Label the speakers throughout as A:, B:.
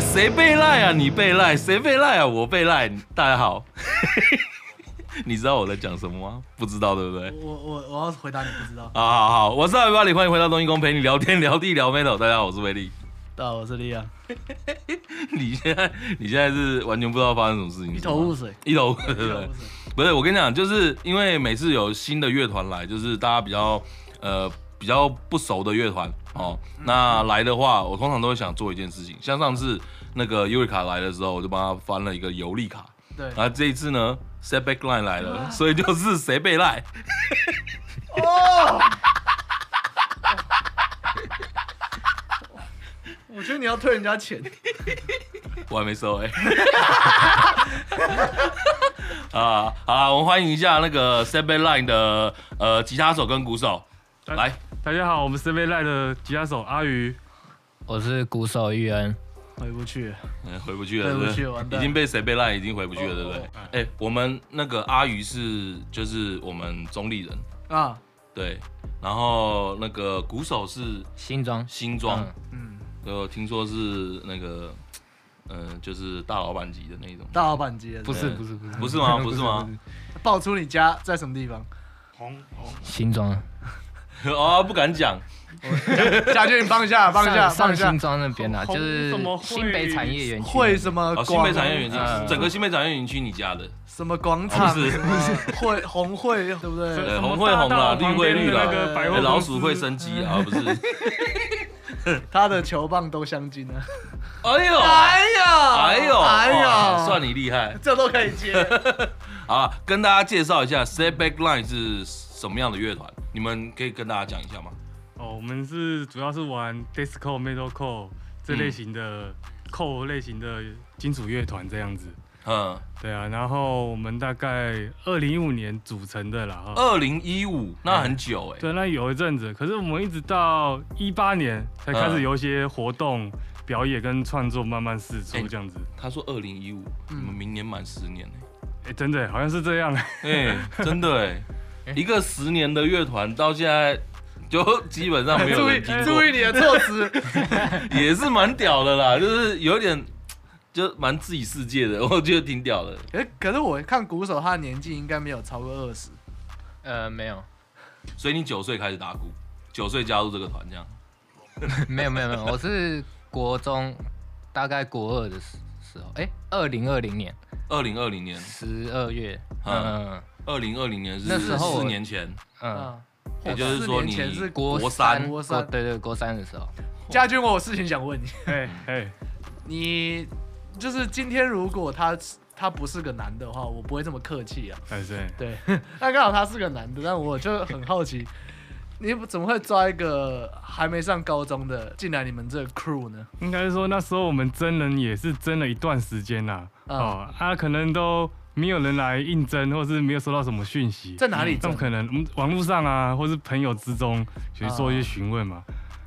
A: 谁被赖啊？你被赖，谁被赖啊？我被赖。大家好， 你知道我在讲什么吗？不知道，对不对？
B: 我我我要回答你不 知道。
A: 啊，好好，我是阿巴里，欢迎回到东一公陪你聊天聊地聊 metal。大家好，我是威力。
B: 大家好，我是利亚，
A: 你现在你现在是完全不知道发生什么事情，
B: 一
A: 是吗
B: 头雾水。
A: 一头雾水，对
B: 一头
A: 不
B: 雾
A: 对
B: 水？
A: 不是，我跟你讲，就是因为每次有新的乐团来，就是大家比较呃比较不熟的乐团哦，
B: 嗯
A: 那来的话，我通常都会想做一件事情，像上次那个尤里卡来的时候，我就帮他翻了一个尤利卡，
B: 对，
A: 然后啊这一次呢，setback line 来了，所以就是谁被 赖，
B: 我觉得你要退人家钱。
A: 我还没收哎、 啊，好啦，我们欢迎一下那个 setback line 的呃吉他手跟鼓手，
B: 哎
A: 来，
C: 大家好，我们是被赖的吉他手阿鱼。
D: 我是鼓手玉恩，
B: 回不去，
A: 嗯，回不去了，
B: 回不
A: 是
B: 去
A: 是
B: 完
A: 已
B: 蛋
A: 经被谁被烂，已经回不去了，
B: 哦
A: 对不对
B: 哦？
A: 哎、我们那个阿鱼是就是我们中立人，
B: 啊，
A: 对，然后那个鼓手是
D: 新装，
A: 新装，
D: 嗯
B: 嗯，
A: 呃、听说是那个，嗯、就是大老板级的那种，
B: 大老板级的，
D: 不
B: 不
D: 是
A: 对
D: 不是不是
A: 不是吗？不是吗？
B: 爆出你家在什么地方？
D: 新装，
A: 哦，不敢讲，
B: 家俊，帮一下，帮一下，
D: 上
B: 帮一
D: 上
B: 下
D: 新。庄那边啊，
C: 红
D: 就是
C: 什么会
D: 新北产业园区，
B: 会什么
A: 哦，
B: 广？
A: 新北产业园区，
D: 嗯
A: 整个新北产业园区你家的，
B: 什么广场？
A: 哦不是
B: 什么 会红会，对不对？
A: 呃，
C: 什么
A: 红会红啦，
C: 大道旁
A: 绿会绿
C: 边的
A: 啦
C: 那个百，货
A: 哎
C: 公司
A: 老鼠会生鸡啊，不是？
B: 他的球棒都相近啊。
A: 哎呦，
B: 哎呀，
A: 哎呦，
B: 哎
A: 哇
B: 呀，
A: 算你厉害。
B: 这都可以 接。
A: 好啦，跟大家介绍一下 Setback Line 是什么样的乐团，你们可以跟大家讲一下吗？
C: 哦，我们是主要是玩 disco、metalcore 这类型的 core 类型的金属乐团这样子。
A: 嗯，
C: 对啊，然后我们大概二零一五年组成的啦。哈
A: 二零一五，那很久哎、
C: 对，那有一阵子，可是我们一直到一八年才开始有一些活动、表演跟创作慢慢试出这样子。
A: 他说二零一五，你们明年满十年
C: 哎、真的好像是这样。
A: 哎、哎，真的哎、一个十年的乐团到现在就基本上没有
B: 注意
A: 人听
B: 注
A: 过，
B: 意你的措辞，
A: 也是蛮屌的啦，就是有点就蛮自己世界的， 我觉得挺屌的。
B: 可是哎可是我看鼓手他的年纪应该没有超过二十，
D: 呃没有
A: 所以你九岁开始打鼓，九岁加入这个团这样。
D: 没有没有没有，我是国中大概国二的时时候，哎，二零二零年
A: 二零二零年，
D: 十二月，
B: 啊
A: 嗯
D: 嗯
A: 二零二零年是
D: 那时候我
A: 四年前，
D: 嗯，
B: 啊，
A: 也就是说
B: 四年
A: 你
B: 前是
D: 国
A: 国
D: 三
A: 三
B: 国
D: 国
B: 三
D: 对对国三的时候，
B: 家军，我有事情想问你，
C: 哎哎，
B: 你就是今天如果他他不是个男的话，我不会这么客气啊。
C: 哎对。
B: 对， 那刚好他是个男的，但我就很好奇， 你怎么会抓一个还没上高中的进来你们这个 crew 呢？
C: 应该是说那时候我们真人也是真了一段时间啦，
B: 嗯
C: 哦啊，可能都没有人来应征，或是没有收到什么讯息，
B: 在哪里
C: 那
B: 争？
C: 可能嗯网络上啊，或是朋友之中去做一些询问嘛。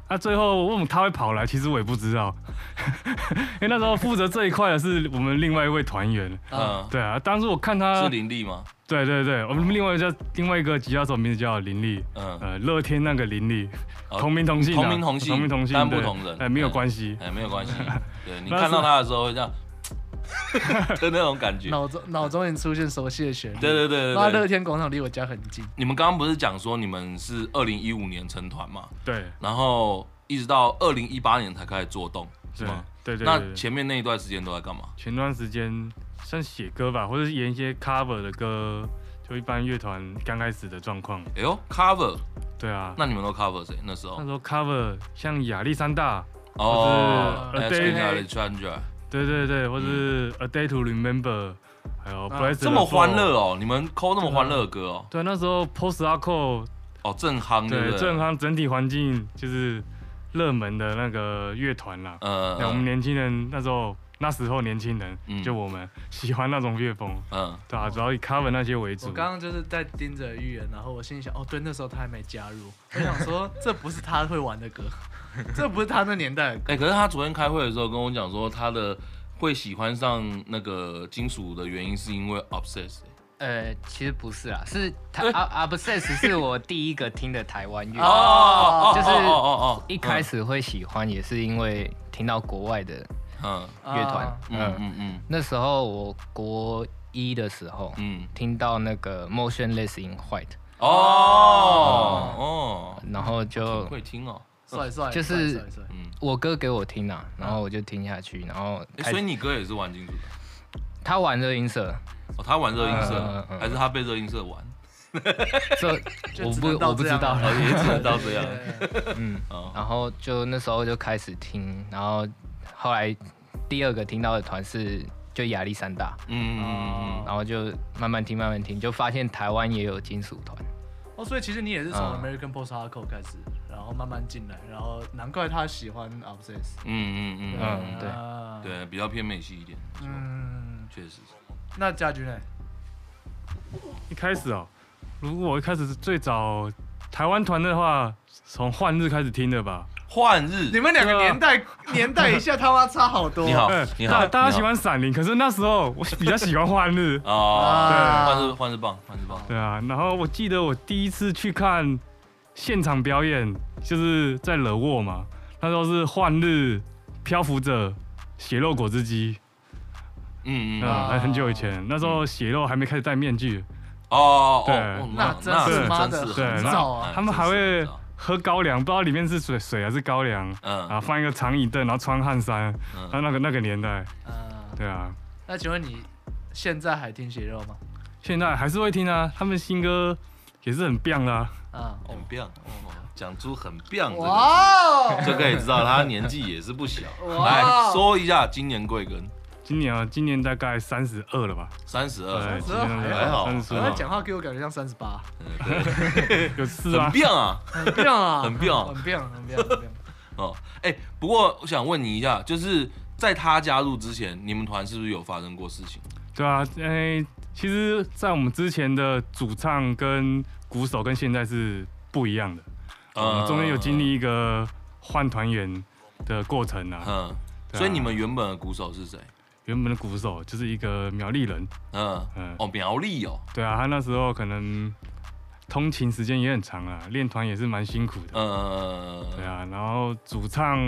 C: 啊，最后为什么他会跑来？其实我也不知道， 因为那时候负责这一块的是我们另外一位团员。
B: 啊
A: 嗯，
C: 对啊，当时我看他
A: 是，林立吗？
C: 对对对，我们另外一个叫另外一个吉他手名字叫林立，
A: 嗯，
C: 呃，乐天那个林立，
A: 哦
C: 同名同姓啊，
A: 同名同姓
C: 同名同姓，
A: 但不
C: 对
A: 同人
C: 哎，没有
A: 嗯
C: 关系，
A: 哎，没有关系。对你
C: 那是
A: 看到他的时候会这样的那种感觉。
B: 脑中脑中也出现熟悉的旋律。
A: 嗯对对对
B: 妈，
A: 对
B: 乐
A: 对。
B: 天广场离我家很近。
A: 你们刚刚不是讲说你们是二零一五年成团嘛，
C: 对。
A: 然后一直到二零一八年才开始做动，是
C: 对
A: 吗？
C: 对对
A: 那
C: 对对，
A: 前面那一段时间都在干嘛？
C: 前段时间像写歌吧，或者是演一些 cover 的歌，就一般乐团刚开始的状况。
A: 哎呦，cover，
C: 对啊，
A: 那你们都 cover 谁？那时
C: 那
A: 候
C: 时候 cover 像亚历山大，
A: 哦
C: 我是
A: a
C: A
A: s
C: Day
A: k Alexandra，
C: 对对对，或是 A Day to Remember，还有
B: 啊
C: Bless、
A: 嗯这么欢乐。哦，你们抠那么欢乐的歌哦，
C: 对，那时候 post hardcore
A: 哦，正夯对不
C: 对
A: 对？
C: 正，康整体环境就是热门的那个乐团啦。
A: 嗯
C: 对，我们
A: 嗯
C: 年轻人那时候那时候年轻人、
A: 嗯
C: 就我们喜欢那种乐风，
A: 嗯，
C: 对啊，主要以 cover 那些为主。
B: 我刚刚就是在盯着预言，然后我心里想，哦，对，那时候他还没加入， 我想说这不是他会玩的歌，这不是他那年 代的歌。
A: 哎、可是他昨天开会的时候跟我讲说，他的会喜欢上那个金属的原因是因为 obsess、
D: 呃其实不是啦，是台啊啊不是，是我第一个听的台湾 乐。
B: 哦
D: 就是
A: 哦哦哦，
D: 一开始会喜欢也是因为听到国外的
A: 嗯
D: 乐团
B: 啊
A: 嗯嗯嗯
D: 那时候我国一的时候，
A: 嗯，
D: 听到那个 Motionless in White，
A: 哦哦，
D: 然后
A: 挺
D: 就
A: 会听哦，
B: 帅帅，
D: 就是
B: 帅帅帅
A: 嗯，
D: 我哥给我听啊，然后我就听下去，然后
A: 诶
D: 开
A: 哎所以
D: 始
A: 你哥也是玩金属的，
D: 他玩热音 社，
A: 哦，他玩热音
D: 嗯嗯
A: 社，
D: 嗯
A: 还是他被热音社玩？
D: 这
B: 就
D: 我
B: 只
D: 不
B: 能到
D: 我不
B: 这
D: 知
B: 样
D: 道
B: 了，
A: 哦，也只能到这样，
B: 对
D: 嗯，
A: 哦，
D: 然后就那时候就开始听，然后后来第二个听到的团是就亚历山大，
A: 嗯嗯嗯嗯
D: 然后就慢慢听慢慢听，就发现台湾也有金属团，
B: 哦，所以其实你也是从
D: 嗯
B: American Post Hardcore 开始，然后慢慢进来，然后难怪他喜欢 Obsess。
A: 嗯嗯嗯
D: 嗯对
A: 嗯，
B: 对，
A: 对，比较偏美系一点，
B: 嗯，
A: 确实是，
B: 那家军呢？
C: 一开始哦，如果我一开始是最早台湾团的话，从幻日开始听的吧。
A: 幻日啊
B: 你，们两个年代 年代一下他妈差好多。
A: 你好
C: 嗯，
A: 哦你
C: 大
A: 好，
C: 大家
A: 你好。
C: 喜欢闪灵，可是那时候我 比较喜欢幻日
A: 哦，
B: 啊
A: 幻日幻日棒，幻日棒，
C: 对啊，然后我记得我第一次去看现场表演，就是在惹沃嘛，那时候是幻日、漂浮者、血肉果汁机，
A: 嗯嗯嗯，
C: 啊、
B: 啊
C: 很久以前，那时候血肉还没开始戴面具，
A: 哦哦
C: 对
A: 哦，
B: 那真是
A: 真
B: 妈的
A: 是
C: 对
A: 很
C: 那
B: 早啊
A: 嗯
C: 他们还
A: 真是
C: 会
A: 很早
C: 喝高粱，不知道里面是水水还是高粱，
A: 嗯
C: 啊，放一个长椅凳，然后穿汗衫，他
A: 嗯，
C: 那个那个年代，
B: 啊，
C: 对啊，
B: 那请问你现在还听血肉吗？
C: 现在还是会听啊，他们新歌也是很棒啦、
B: 啊，
A: 很棒，哦讲出很棒这个字。
B: 哇哦，
A: 就可以知道他年纪也是不小。
B: 哇
A: 来说一下今年贵庚，
C: 今年啊，今年大概三十二了吧？
A: 三十
C: 对，
A: 二，
B: 32还
A: 好
C: 三十
B: 我在
C: 二，
B: 讲话给我感觉像三十八，
A: 嗯 对
C: 有事
A: 很
C: 啊？
A: 棒啊！
B: 很棒啊，
A: 很棒
B: 很棒，很啊棒，很棒。
A: 哦，哎，不过我想问你一下，就是在他加入之前，你们团是不是有发生过事情？
C: 对啊，诶、其实，在我们之前的主唱跟鼓手跟现在是不一样的，
A: 啊
C: 我哦们中间有经，历一个换团员的过程啊。
A: 嗯，
C: 对啊
A: 所以你们原本的鼓手是谁？
C: 原本的鼓手就是一个苗栗人，
A: 嗯，
C: 嗯，
A: 哦，苗栗哦，
C: 对啊，他那时候可能通勤时间也很长啊，练团也是蛮辛苦的，
A: 嗯，
C: 对啊，然后主唱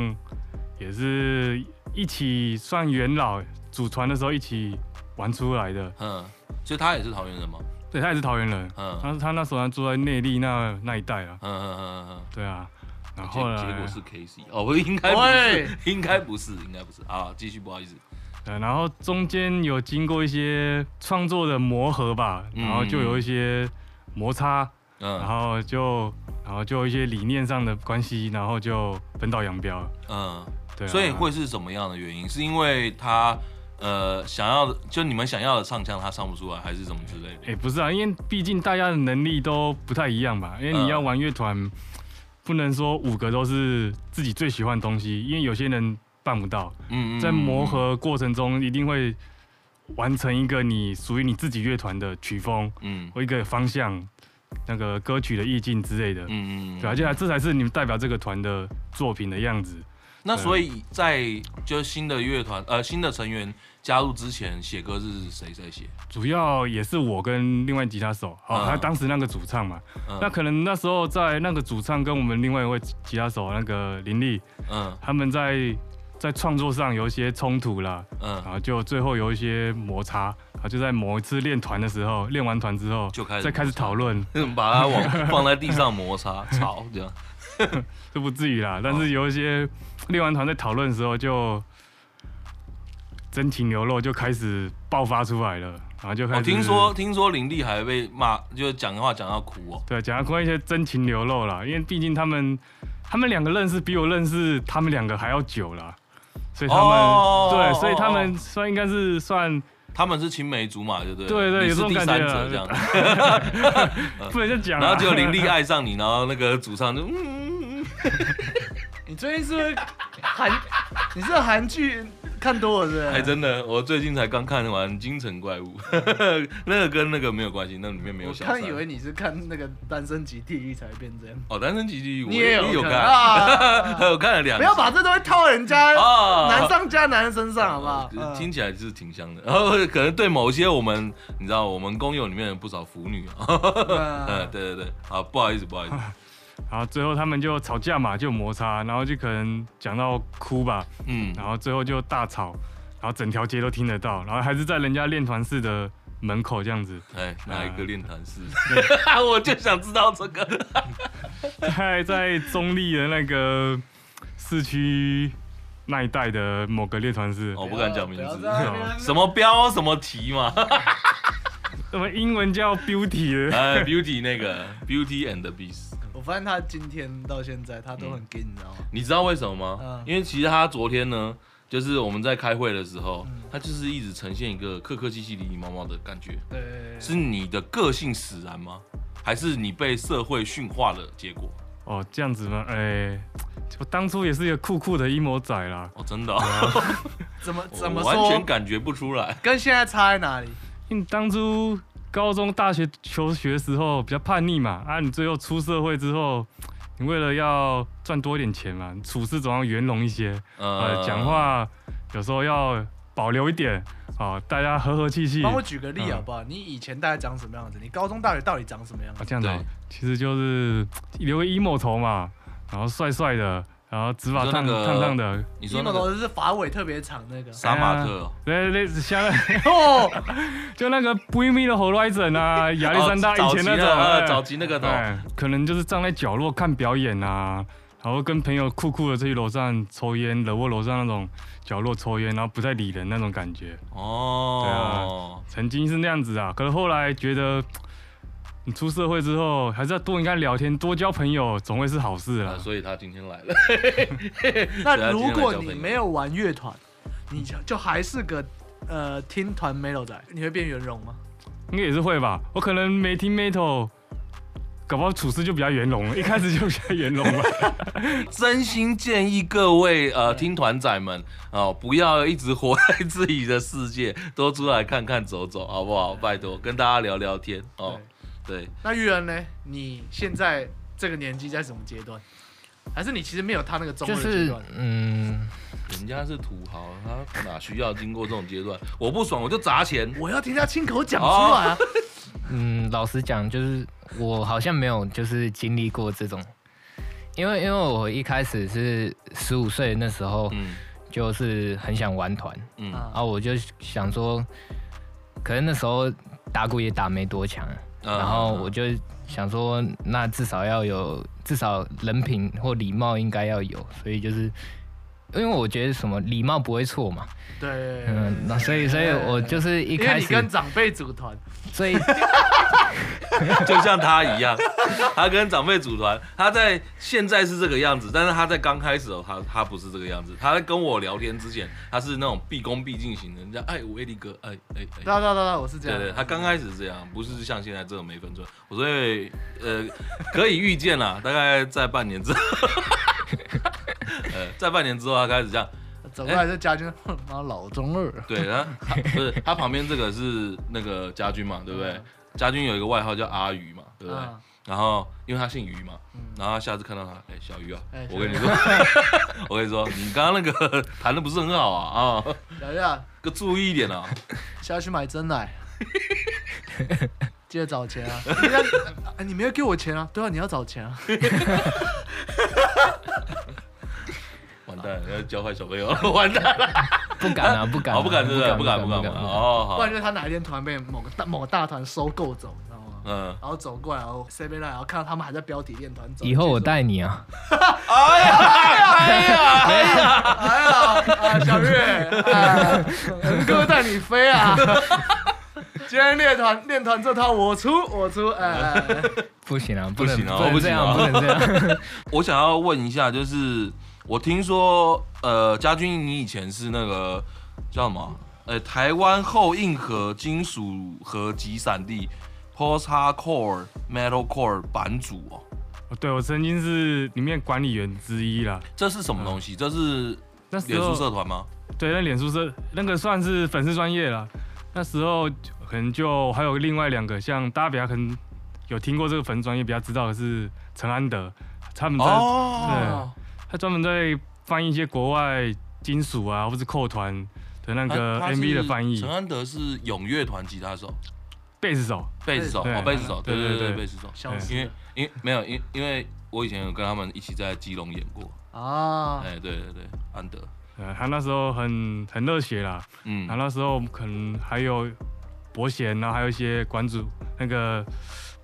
C: 也是一起算元老，组团的时候一起玩出来的，
A: 嗯，所以他也是桃园人吗？
C: 对他也是桃园人，
A: 嗯嗯
C: 他他那时候还住在内力那那一带啊。
A: 嗯嗯嗯。
C: 对啊，然后
A: 结
C: 呢？哎
A: 结果是 K C 哦，不应该不是，应该不是，应该不是啊！继续，不好意思，
C: 对，然后中间有经过一些创作的磨合吧，
A: 嗯
C: 然后就有一些摩擦，然
A: 嗯
C: 后就然后就有一些理念上的关系，然后就分道扬镳了。
A: 嗯，
C: 对啊、
A: 所以会是什么样的原因？是因为他呃想要的，就你们想要的唱腔他唱不出来，还是什么之类
C: 哎、
A: 的？
C: 不是啊，因为毕竟大家的能力都不太一样吧，因为你要
A: 呃
C: 玩乐团，不能说五个都是自己最喜欢的东西，因为有些人办不到，
A: 嗯
C: 在磨，合过程中一定会完成一个你属于你自己乐团的曲风。
A: 嗯
C: 或一个方向，那个歌曲的意境之类的，
A: 嗯嗯，
C: 对啊，而且这才是你们代表这个团的作品的样子。
A: 那所以在就新的乐团呃新的成员加入之前，写歌是谁在写？
C: 主要也是我跟另外吉他手，哦
A: 嗯，
C: 他当时那个主唱嘛，
A: 嗯
C: 那可能那时候在那个主唱跟我们另外一位吉他手那个林立，
A: 嗯
C: 他们在在创作上有一些冲突啦，然
A: 嗯，
C: 后就最后有一些摩擦，啊，就在某一次练团的时候，练完团之后
A: 就开始
C: 再开始讨论，
A: 把它往放在地上摩 擦吵这样，
C: 这不至于啦，但
A: 哦
C: 是有一些练完团在讨论的时候就真情流露，就开始爆发出来了，然后就开
A: 我
C: 始、
A: 哦听说听说林立还被骂，就讲话讲到哭哦。
C: 对讲到关于一些真情流露啦，因为毕竟他们他们两个认识比我认识他们两个还要久啦，所以他们、
A: 哦
C: 对，所以他们算应该是算
A: 他们是青梅竹马，对不对？
C: 对对
A: 你
C: 有这
A: 是
C: 种
A: 第三
C: 感觉
A: 者
C: 啊
A: 这样。
C: 不能再讲啦，
A: 然后结果林立爱上你，然后那个主唱就嗯嗯嗯
B: 你最近是不是韩？你是韩剧看多了是不是？
A: 嗯，还真的，我最近才刚看完《京城怪物》， 那个跟那个没有关系，那里面没有
B: 我
A: 小三。
B: 看以为你是看那个《单身级地狱》才会变这样，
A: 哦，《单身奇迹》我
B: 你也
A: 我有
B: 看
A: 看，
B: 啊？
A: 呃我看了两
B: 不
A: 集。
B: 要把这东西套人家
A: 哦
B: 男上加男身上，好不好？
A: 呃
B: 嗯
A: 听起来是挺香的， 然后可能对某些我们，你知道，我们工友里面有不少腐女啊，
B: 嗯
A: 嗯，对对对，好，不好意思，不好意思，
C: 然后最后他们就吵架嘛，就有摩擦，然后就可能讲到哭吧，
A: 嗯，
C: 然后最后就大吵，然后整条街都听得到，然后还是在人家练团室的门口这样子，
A: 哎，哪一个练团是？
C: 对
A: 我就想知道这个。
B: 啊
C: 在在中立的那个市区那一带的某个练团室，
A: 我不敢讲名字
B: 不要在那边
A: 什么标什么题嘛？
C: 那么英文叫 Beauty 的，
A: 哎，Beauty 那个 Beauty and the Beast，
B: 我发现他今天到现在他都很 gay，你知道吗？
A: 你知道为什么吗
B: 嗯？
A: 因为其实他昨天呢，就是我们在开会的时候，
B: 嗯
A: 他就是一直呈现一个客客气气、礼礼貌貌的感觉。
B: 对，
A: 嗯是你的个性使然吗？还是你被社会驯化的结果？
C: 哦，这样子吗？哎、我当初也是一个酷酷的阴谋仔啦，
A: 哦，真的
C: 啊
A: 哦、
B: 怎么
A: 我
B: 怎么
A: 完全
B: 说？
A: 感觉不出来。
B: 跟现在差在哪里？
C: 因为当初高中、大学求学时候比较叛逆嘛，啊，你最后出社会之后，你为了要赚多一点钱嘛，你处事总要圆融一些，呃，讲话有时候要保留一点，啊，大家和和气气。
B: 帮我举个例
C: 嗯
B: 好不好？你以前大概长什么样子？你高中、大学到底长什么样
C: 啊
B: 子？，
C: 这样子哦
A: 对，
C: 其实就是留个 emo 头嘛，然后帅帅的，然后直发
A: 你说
C: 烫
A: 那个
C: 烫烫的，
A: 你
B: 你
A: 说
B: 们
A: 那
B: 都
A: 个。
B: 是发尾特别长那个
A: 杀马特哦、
C: 类类似像
B: 哦，
C: 就那个 Bring Me the Horizon 啊，亚历山大
A: 哦
C: 以前
A: 早
C: 那
A: 期
C: 种，
A: 呃
C: 哎
A: 早期那个的哦，
C: 哎，可能就是站在角落看表演啊，然后跟朋友酷酷的去楼上抽烟，惹窝楼上那种角落抽烟，然后不太理人那种感觉。啊
A: 哦，
C: 曾经是那样子啊，可是后来觉得你出社会之后，还是要多跟人家聊天，多交朋友，总会是好事
A: 啊
C: 啊。
A: 所以他今天来了， 啊
B: 那如果你没有玩乐团，你就就还是个呃听团 melo 仔，你会变圆融吗？
C: 应该也是会吧，我可能没听 metal。搞不好处事就比较圆融，一开始就比较圆融吧。
A: 真心建议各位呃听团仔们哦，不要一直活在自己的世界，多出来看看走走，好不好？拜托，跟大家聊聊天哦。对，
B: 那玉人呢？你现在这个年纪在什么阶段？还是你其实没有他那个中
D: 就
B: 二的阶
D: 是
B: 段？
D: 嗯，
A: 人家是土豪，他哪需要经过这种阶段？我不爽我就砸钱，
B: 我要听他亲口讲出来啊！
D: 嗯，老实讲，就是我好像没有就是经历过这种，因为因为我一开始是十五岁那时候，
A: 嗯
D: 就是很想玩团，
A: 嗯。
B: 啊
D: 啊， 我就想说，可能那时候打鼓也打没多强，
A: 嗯
D: 然后 我就想说，那至少要有，至少人品或礼貌应该要有，所以就是。因为我觉得什么礼貌不会错嘛，
B: 对，
D: 嗯，那所以所以我就是一
B: 因为
D: 开
B: 你
D: 始
B: 跟长辈组团，
D: 最
A: 就像他一样，他跟长辈组团，他在现在是这个样子，但是他在刚开始哦，他他不是这个样子，他在跟我聊天之前，他是那种毕恭毕敬型的，人家哎，我威力哥，哎哎
B: 对啊
A: 哎。
B: 对对对，我是这
A: 对
B: 样。
A: 对，他刚开始是这样，不是像现在这种没分寸。我所以呃，可以预见啦，大概在半年之后， 呃，在半年之后他开始这样，
B: 走过来这家军，哼妈老中二，
A: 对，然后他不是他旁边这个是那个家军嘛，对不对
B: 嗯？
A: 家军有一个外号叫阿鱼嘛，对不对？
B: 嗯
A: 然后因为他姓于嘛，
B: 嗯
A: 然后他下次看到他，哎、小于啊，
B: 哎
A: 我跟你说，我跟你说，你刚刚那个弹的不是很好啊啊，
B: 小鱼啊，
A: 个注意一点啊，
B: 下去买真奶， 记得找钱啊！你要啊你没有给我钱啊？对啊，你要找钱啊！
A: 完蛋了，要教坏小朋友了，完蛋了，
D: 不敢啊，不敢 啊、
A: 好哦不敢，真的不敢不敢不敢，哦
B: 不
A: 好
B: 然，就是他哪一天突然被某个大某大团收购走，你知道吗？
A: 嗯，
B: 然后走过来，然后 C 边来，然后看到他们还在标题练团走。
D: 以后我带你啊，
A: 哎呀哎呀哎呀，
B: 哎呀，啊小月，哎恩哥带你飞 啊！今天练团练团这套我出我出，哎，哎哎
D: 不行啊，
A: 不
D: 能
A: 行啊
D: 不
A: 我不
D: 能这
A: 行
D: 样，
A: 啊
D: 不能这样。
A: 我想要问一下，就是我听说，呃，家军你以前是那个叫什么？呃，台湾后硬核金属和集散地 post hardcore metalcore 版主哦，
C: 对我曾经是里面管理员之一啦。
A: 这是什么东
C: 嗯
A: 西？这是
C: 那时
A: 脸
C: 候
A: 书社团吗？
C: 对，那脸书社那个算是粉丝专业了。那时候可能就还有另外两个，像大家比较可能有听过这个粉丝专业，比较知道的是陈安德，他嗯们在、
A: 哦，
C: 他专门在翻译一些国外金属啊，或是扣团的那
A: 那
C: 个 MV 的翻译
A: 陈。安德是永乐团吉他手，
C: 贝斯手，
A: 贝斯手，
C: 对
A: 哦，贝斯手，对对
C: 对对
A: 对，
C: 对
A: 贝斯手。
B: 笑死
A: 因为因为没有因因为我以前有跟他们一起在基隆演过，
B: 啊！
A: 哎，对对对，安德，
C: 呃，他那时候很很热血啦，
A: 嗯
C: 然后那时候可能还有伯贤，啊然后还有一些馆主那个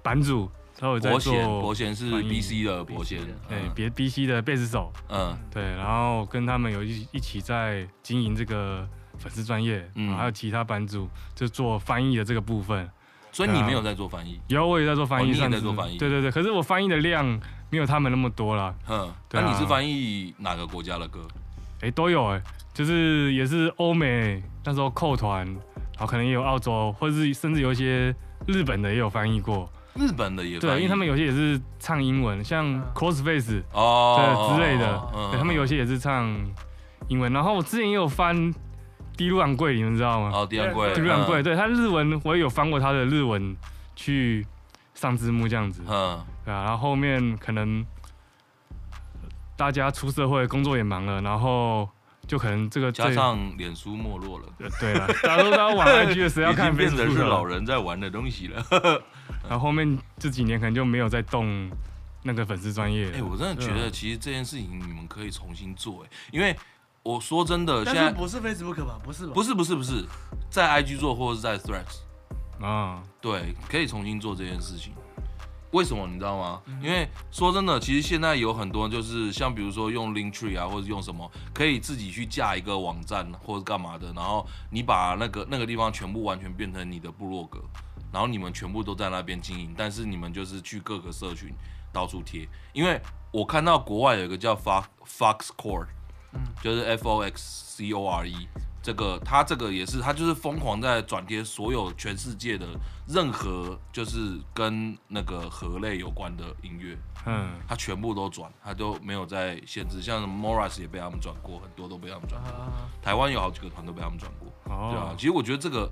C: 版主，他有在
A: 伯
C: 做
A: 贤，伯贤是
C: 翻译
A: BC 的伯贤，
C: 对
A: 嗯
C: 别 B C 的贝斯手，
A: 嗯
C: 对，然后跟他们有一一起在经营这个粉丝专业，
A: 嗯
C: 嗯，还有其他版主就做翻译的这个部分，
A: 所
C: 啊
A: 以你没有在做翻译，
C: 有我也在做翻
A: 哦
C: 译，
A: 你也
C: 上
A: 在
C: 次
A: 做翻译
C: 对对对，可是我翻译的量没有他们那么多啦，
A: 嗯，
C: 对
A: 那
C: 啊
A: 你是翻译哪个国家的歌？
C: 哎，都有哎、就是也是欧美那时候扣团，然后可能也有澳洲，或者是甚至有一些日本的也有翻译过，
A: 日本的也翻译，
C: 对，因为他们有些也是唱英文，像
B: 嗯
C: Crossface
A: 哦嗯
C: 对之类的，对他们有些也是唱英文，然后我之前也有翻低入昂贵，你们知道吗？
A: 哦，第二贵，
C: 低入昂贵，对他日文我也有翻过他的日文去上字幕这样子，
A: 嗯，
C: 对啊，然后后面可能大家出社会工作也忙了，然后就可能这个
A: 嗯，加
C: 这
A: 上脸书没落了，
C: 对了，大家都知道玩 IG 的谁 要
A: 已
C: 看
A: 经变
C: Facebook
A: 成是
C: 的
A: 老人在玩的东西了。
C: 然后后面这几年可能就没有再动那个粉丝专业了。
A: 哎、我真的觉
C: 对啊
A: 得其实这件事情你们可以重新做、哎，因为我说真的，现
B: 但是
A: 在
B: 不是 Facebook 吧？不是吧？
A: 不
B: 是
A: 是不是不是在 IG 做或者是在 Threads，
C: 啊，
A: 对，可以重新做这件事情。为什么你知道吗？因为说真的，其实现在有很多就是像比如说用 Linktree 啊，或者用什么，可以自己去架一个网站或者干嘛的，然后你把那个那个地方全部完全变成你的部落格，然后你们全部都在那边经营，但是你们就是去各个社群到处贴。因为我看到国外有一个叫 Fox Fox Core，就是 F O X C O R E。这个他这个也是，他就是疯狂在转贴所有全世界的任何就是跟那个河类有关的音乐，
C: 嗯，
A: 他全部都转，他都没有在限制。像什么 Morris 也被他们转过，很多都被他们转过。
B: 啊，
A: 台湾有好几个团都被他们转过，对啊
C: 哦，。
A: 其实我觉得这个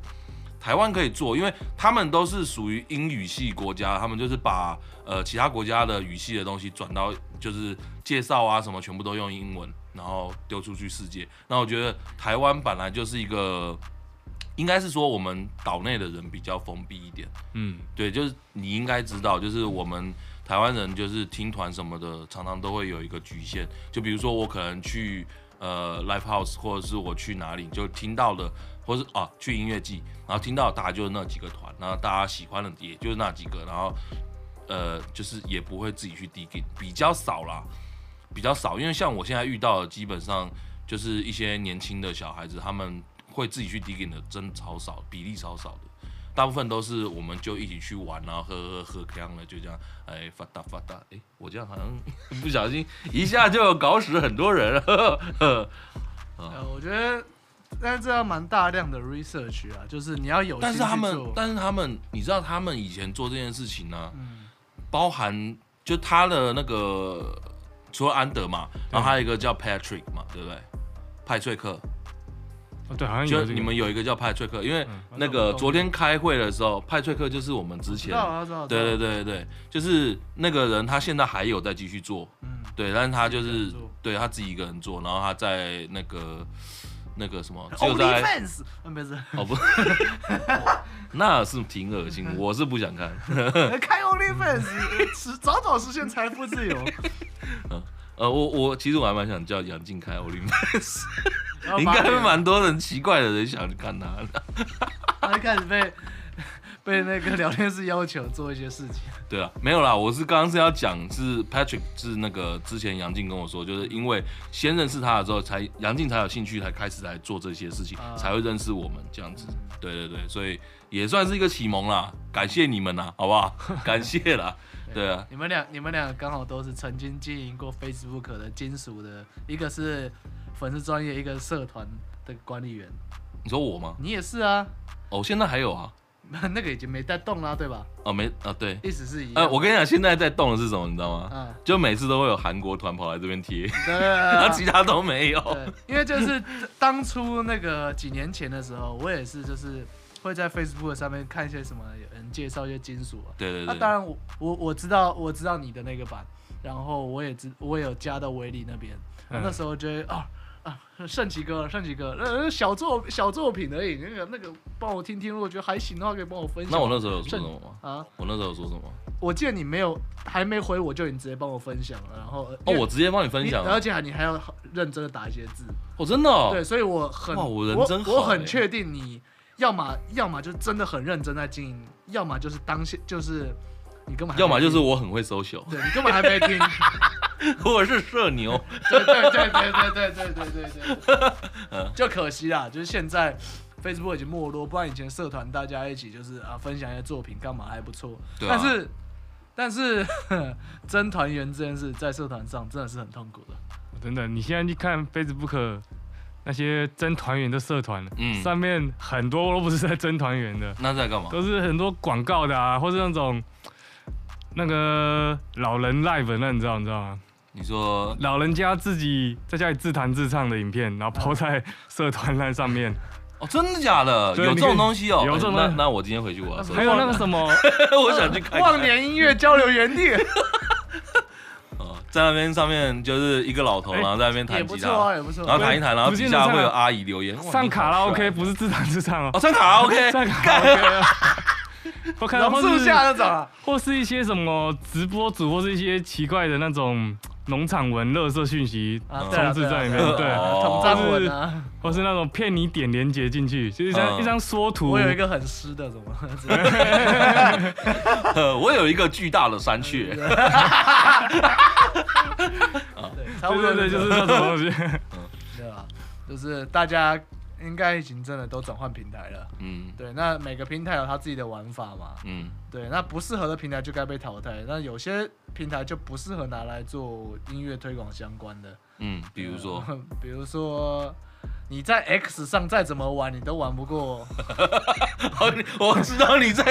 A: 台湾可以做，因为他们都是属于英语系国家，他们就是把呃其他国家的语系的东西转到就是介绍啊什么全部都用英文，然后丢出去世界。那我觉得台湾本来就是一个，应该是说我们岛内的人比较封闭一点。
C: 嗯，
A: 对，就是你应该知道，就是我们台湾人就是听团什么的，常常都会有一个局限。就比如说我可能去呃 live house，或者是我去哪里就听到的，或是啊去音乐季，然后听到的大家就是那几个团，然后大家喜欢的也就是那几个，然后呃就是也不会自己去 digging，比较少啦，比较少。因为像我现在遇到的，基本上就是一些年轻的小孩子，他们会自己去 digging 的真超少，比例超少的。大部分都是我们就一起去玩，然后喝喝喝康了，就这样，哎，发达发达，哎，我这样好像不小心一下就搞死很多人了，呵呵
B: 呃，我觉得，但这要蛮大量的 research 啊，就是你要有心
A: 但
B: 去
A: 是
B: 做。
A: 他们，但是他们，你知道他们以前做这件事情呢、
B: 嗯
A: 包含就他的那个除了安德嘛，然后还有一个叫 Patrick 嘛，对不对？派翠克，
C: 哦对，好像有
A: 就
C: 这个
A: 你们有一个叫派翠克，因为
C: 嗯
A: 那个昨天开会的时候，派翠克就是我们之
B: 知
A: 前，
B: 道啊知道，知道
A: 对对，对对对，就是那个人他现在还有在继续做，
B: 嗯，
A: 对，但是他就是
B: 自己一个人做
A: 对他自己一个人做，然后他在那个那个什么，只有
B: Only
A: 在
B: fans，嗯，没事，
A: 哦不， 那是挺恶心，我是不想看。
B: 开 Only fans，实早早实现财富自由。
A: 呃，我我其实我还蛮想叫杨靖开奥林匹斯，
B: 然后
A: 应
B: 把
A: 该
B: 那
A: 会
B: 个
A: 蛮多人奇怪的人想去看他的。
B: 他就开始被被那个聊天室要求做一些事情。
A: 对啊，没有啦，我是刚刚是要讲是 Patrick 是那个之前杨靖跟我说，就是因为先认识他的时候才杨靖才有兴趣，才开始来做这些事情，
B: 啊
A: 才会认识我们这样子。对对对，所以也算是一个启蒙啦，感谢你们啦，好不 好？感谢啦，对啊，
B: 你们俩，你们俩刚好都是曾经经营过 Facebook 的金属的，一个是粉丝专业，一个是社团的管理员。
A: 你说我吗？
B: 你也是啊，
A: 哦，现在还有啊？
B: 那个已经没在动啦，对吧？
A: 哦，没啊，对，
B: 意思是一样。
A: 呃，我跟你讲，现在在动的是什么，你知道吗？
B: 嗯，
A: 就每次都会有韩国团跑来这边贴，
B: 对啊
A: 然后 其他哦都没有。
B: 对，因为就是当初那个几年前的时候，我也是就是会在 Facebook 上面看一些什么有人介绍一些金属啊，
A: 对对
B: 那、
A: 对，
B: 当然我，我我知道我知道你的那个版，然后我也知我也有加到维里那边，
C: 嗯
B: 那时候就会啊啊、剩几个，剩几个，呃，小作小作品而已。那个那个，帮我听听，如果觉得还行的话，可以帮我分享。
A: 那我那时候有说什么吗？
B: 啊，
A: 我那时候有说什么？
B: 我见你没有还没回，我就已经直接帮我分享了。然后
A: 哦，我直接帮你分
B: 你
A: 享啊
B: 而
A: 了。
B: 且还你还要认真的打一些字。
A: 哦，真的哦。
B: 对，所以我很
A: 哇我人真好
B: 我
A: 欸
B: 很确定你要么要么就真的很认真在经营，要么就是当下就是你根本还没
A: 要么就是
B: 听
A: 我很会 social，
B: 对你根本还没 听，
A: 或者是社牛。
B: 对对对对对对对对对
A: 嗯
B: 对，就可惜啦，就是现在 Facebook 已经没落，不然以前社团大家一起就是啊分享一些作品干嘛还不错，
A: 对啊
B: 但是。但是 真团员这件事在社团上真的是很痛苦的，
C: 哦真的，你现在去看 Facebook 那些真团员的社团，
A: 嗯
C: 上面很多都不是在真团员的，
A: 那在干嘛？
C: 都是很多广告的啊，或是那种那个老人 live 的那你知道你知道吗？
A: 你说
C: 老人家自己在家里自弹自唱的影片，然后抛在社团那 上面，
A: 哦，真的假的？
C: 对
A: 有这
C: 你可
A: 种
C: 以
A: 东西哦。
C: 有这种
A: 那
C: 东西
A: 那我今天回去我要搜。
C: 还有那个什么，
A: 我想去看一
B: 忘
A: 看。
B: 年音乐交流 园地
A: 哦在那边上面就是一个老头，
C: 哎
A: 然后在那边
B: 也
A: 弹
B: 不
A: 吉
B: 错
A: 他，
B: 啊，也不错
A: 然后
B: 啊。
A: 弹一弹，然后
C: 不
A: 底
C: 见得
A: 下
C: 上
A: 会有阿姨留言。哇
C: 上卡拉。
A: 你
C: OK
A: 好帅
C: 不是自弹自唱
A: 哦，
C: 哦，
A: 上卡 拉 OK。
C: 上卡拉 OK 啊。 我看到
B: 榕树下那种啊，
C: 或是一些什么直播主，或是一些奇怪的那种农场文、垃圾讯息
B: 啊对啊
C: 充斥在里面，
A: 对啊
C: 对，
A: 哦
B: 统战文啊，
C: 或是那种骗你点连接进去，就是一张
A: 嗯
C: 一张缩图。
B: 我有一个很湿的，怎么？
A: 呃， 我有一个巨大的山雀。
B: 对，差
C: 对
B: 不多
C: 对对，就
B: 这
C: 是那
B: 样
C: 种东西。
B: 对吧？就是大家应该已经真的都转换平台了。
A: 嗯
B: 对，那每个平台有它自己的玩法嘛。
A: 嗯，
B: 对，那不适合的平台就该被淘汰，那有些平台就不适合拿来做音乐推广相关的。
A: 嗯，比如说，
C: 啊
B: 呃，比如说你在 X 上再怎么玩，你都玩不过。
A: 哦你 我知道你在，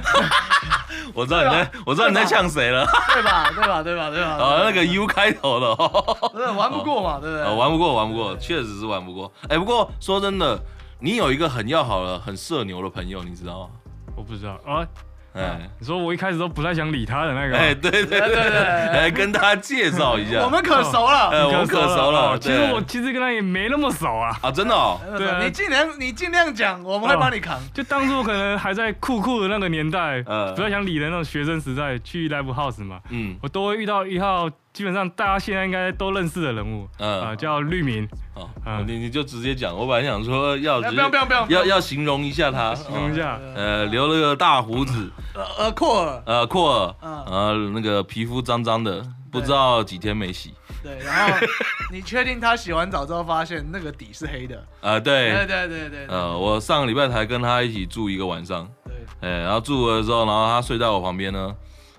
A: 我知道你
C: 啊
A: 在，我知道你在呛谁了。
B: 对吧？对吧？对吧？对吧？
A: 啊，那个 U 开头的，哦，
B: 对玩不过嘛，对不对？
A: 啊玩不过，玩不过，确实是玩不过。哎，不过说真的，你有一个很要好的、很社牛的朋友，你知道吗？
C: 我不知道啊，
A: 哎
C: 你说我一开始都不太想理他的那个，
A: 哎，对对 对对，来跟大家介绍一下。
B: 我们可熟了。
A: 哎，我
C: 你
A: 们
C: 跟
A: 可
C: 他
A: 熟了。
C: 哦其实
A: 对
C: 我其实跟他也没那么熟啊，
A: 啊，真的 哦，
C: 对啊
B: 你尽量你尽量讲，我们会帮你扛。
C: 就当初可能还在酷酷的那个年代，
B: 呃
A: 嗯
C: 不太想理的那种学生时代去 live house 嘛，
A: 嗯
C: 我都会遇到一号，基本上大家现在应该都认识的人物，啊、
A: 嗯，
C: 叫绿明，
A: 好，
C: 嗯
A: 你你就直接讲。我本来想说要直
B: 不
A: 接
B: 要不要不要不
A: 要要形容一下 他，
C: 形容一下，
A: 呃，留了个大胡子，
B: 呃呃，扩尔，
A: 呃，阔耳，
B: 嗯
A: 呃，那个皮肤脏脏的，不知道几天没洗，
B: 对，然后你确定他洗完澡之后发现那个底是黑的？
A: 啊，
B: 对
A: 对，
B: 对对对对
A: 呃，我上个礼拜才跟他一起住一个晚上，
B: 对，
A: 哎，然后住了之后，然后他睡在我旁边呢，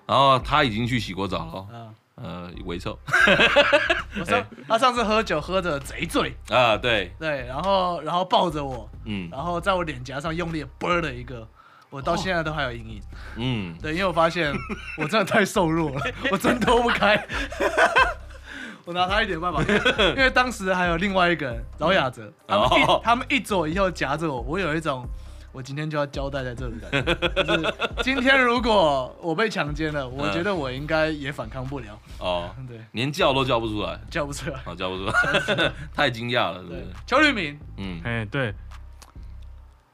A: 然后他已经去洗过澡了，
B: 啊！
A: 呃，微臭，
B: 我上他上次喝酒喝的贼醉，
A: 啊，对，
B: 对，然后然后抱着我，
A: 嗯
B: 然后在我脸颊上用力啵了一个。我到现在都还有阴影，
A: 嗯，
B: 对，因为我发现我真的太瘦弱了，我挣脱不开， 我拿他一点办法，因为因为当时还有另外一个人饶雅哲，他们
A: 哦
B: 一他们一左一右夹着我，我有一种我今天就要交代在这里的感觉，就是今天如果我被强奸了，我觉得我应该也反抗不了，
A: 哦，
B: 对，
A: 连叫都叫不出来，
B: 叫不出来，
A: 啊，叫不出来， 太惊讶了，是不
B: 对
A: 是？，
B: 邱律明，
A: 嗯，
C: 哎、对，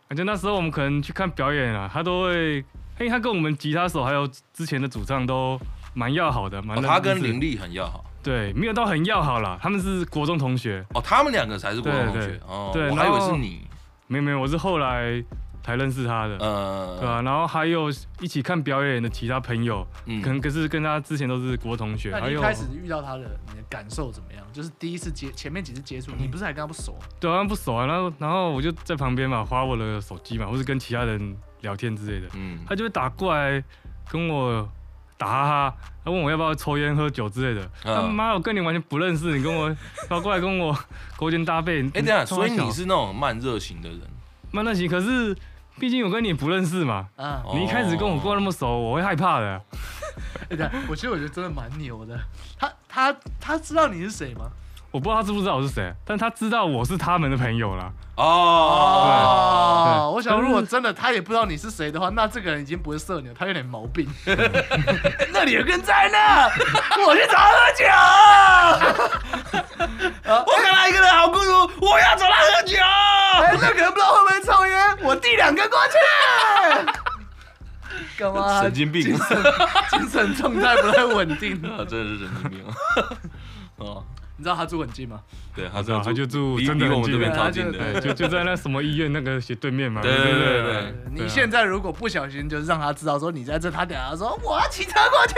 C: 而且那时候我们可能去看表演啊，他都会，因为他跟我们吉他手还有之前的主唱都蛮要好的，蛮、
A: 哦
C: 认
A: 他跟
C: 识
A: 林立很要好，
C: 对，没有到很要好啦，他们是国中同学，
A: 哦，他们两个才是国中同
C: 对
A: 学
C: 对，
A: 哦，
C: 对
A: 我还以为
C: 然后
A: 是你，
C: 没有没有，我是后来才认识他的，对
A: 呃，
C: 啊，然后还有一起看表演的其他朋友，可
A: 嗯，
C: 能可是跟他之前都是国同学，
B: 那
C: 还
B: 你一
C: 有
B: 开始遇到他的，你的感受怎么样？就是第一次接前面几次接触，你不是还跟他不熟？
C: 对，好像不熟啊，然后然后我就在旁边嘛，划我的手机嘛，或是跟其他人聊天之类的，
A: 嗯，
C: 他就会打过来跟我打哈哈，他问我要不要抽烟喝酒之类的。
A: 嗯
C: 他妈，我跟你完全不认识，你跟我跑过来跟我勾肩搭背。
A: 哎，等一下，
C: 冲
A: 所以
C: 小
A: 你是那种慢热型的人，
C: 慢那行，可是毕竟我跟你不认识嘛。
B: 啊，
A: 哦
C: 你一开始跟我过那么熟，我会害怕的。
B: 对的，我其实我觉得真的蛮牛的。他他他知道你是谁吗？
C: 我不知道他知不知道我是谁，但他知道我是他们的朋友啦。
A: 哦，
B: 哦，
C: 对
B: 我想如果真的他也不知道你是谁的话，那这个人已经不是社牛，他有点毛病。那里有个人在呢，我去找他喝酒。
A: 我看到一个人好孤独，我要找他喝酒。
B: 哎，那个人不知道会不会抽烟，我递两根过去。 干嘛？啊
C: 啊
A: 神经病，
B: 精神状态不太稳定。
A: 啊真的是神经病。 哦，
B: 你知道他住很近吗？
A: 对，他
C: 对啊
A: 这
C: 他就住
A: 离
C: 真的
A: 离
C: 很
A: 我们这
C: 近
A: 边
B: 啊
A: 超
B: 他
A: 近
B: 就
A: 的
C: 对，，就就在那什么医院那个斜对面嘛。
A: 对对对对对
B: 你现在如果不小心，就是让他知道说你在这，他等下说我要骑车过去。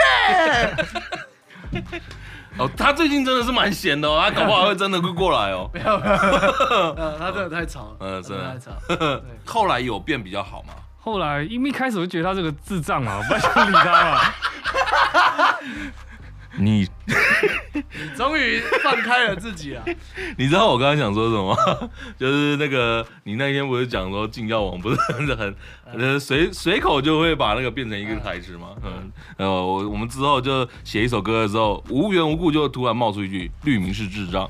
A: 哦，他最近真的是蛮闲的哦，他搞不好会真的会过来哦。
B: 呃，他真的太吵了，
A: 嗯
B: 他真的太吵了。对
A: 后来有变比较好嘛？
C: 后来因为一开始我就觉得他这个智障嘛，我不太想理他嘛。
A: 你
B: 你终于放开了自己了。
A: 你知道我刚刚想说什么吗？ 就是那个你那天不是讲说禁药王不是很很
C: 嗯
A: 呃随随口就会把那个变成一个台词吗？嗯，呃，我我们之后就写一首歌的时候，无缘无故就突然冒出一句“绿明是智 障”，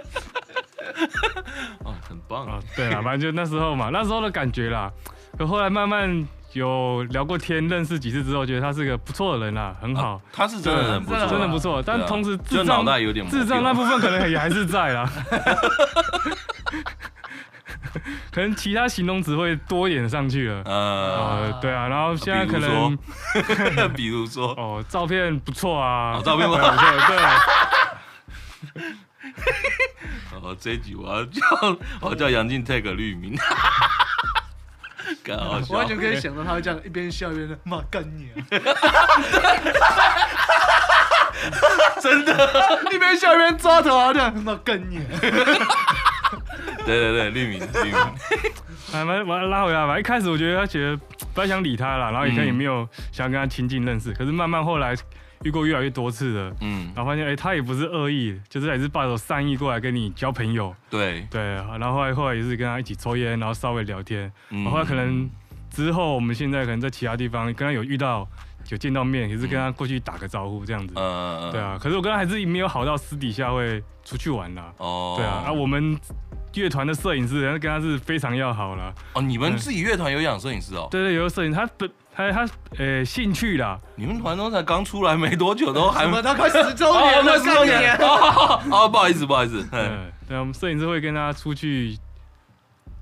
A: 啊，很棒
C: 啊
A: 啊！，
C: 对啦，反正就那时候嘛，那时候的感觉啦。可后来慢慢有聊过天，认识几次之后，觉得他是个不错的人啦，很好，
A: 他是真的很不错啊，
C: 真的不错。但
A: 对啊
C: 同时
A: 就
C: 智
A: 脑
C: 障
A: 袋有点毛病
C: 智障那部分可能也还是在啦。 可能其他形容词会多一点上去了。
A: 呃，
C: 呃，对啊，然后 现在
A: 比
C: 可
A: 如
C: 能
A: 说比如说
C: 哦，照片不错啊
A: 哦，照片不
C: 对
A: 错
C: 对对，
A: 哦，这一集我要叫我要叫杨静 take 绿名，干好
B: 我完
A: 笑
B: 全。可以想到他会这样一边笑一边说妈干你 啊，
A: 真的，
B: 一边笑一边抓头啊这样妈干 你啊。
A: 对对对，绿明绿明，
C: 哎，把把他拉回来吧。一开始我觉得他觉得不太想理他了，然后以
A: 嗯
C: 前也没有想要跟他亲近认识，可是慢慢后来遇过越来越多次的，
A: 嗯，
C: 然后发现哎、他也不是恶意，就是也是抱着善意过来跟你交朋友，
A: 对，
C: 对。然后后来后来也是跟他一起抽烟，然后稍微聊天，
A: 嗯
C: 然后后来哦可能之后我们现在可能在其他地方跟他有遇到。有见到面，也是跟他过去打个招呼这样子，
A: 呃，
C: 对，啊。可是我跟他还是没有好到私底下会出去玩啦，
A: 哦，
C: 对啊。啊，我们乐团的摄影师，然后跟他是非常要好啦，
A: 哦，你们自己乐团有养摄影师哦？
C: 对对，有个摄影，他本他他呃兴趣啦，
A: 你们团都才刚出来没多久，都还
B: 我
A: 没
B: 们都快十周
A: 哦
B: 年
A: 那
B: 了，
A: 是重
B: 干你
A: 点
B: 啊！
A: 哦，哦不好意思，不好意思，嗯
C: 嗯，对，我们摄影师会跟他出去，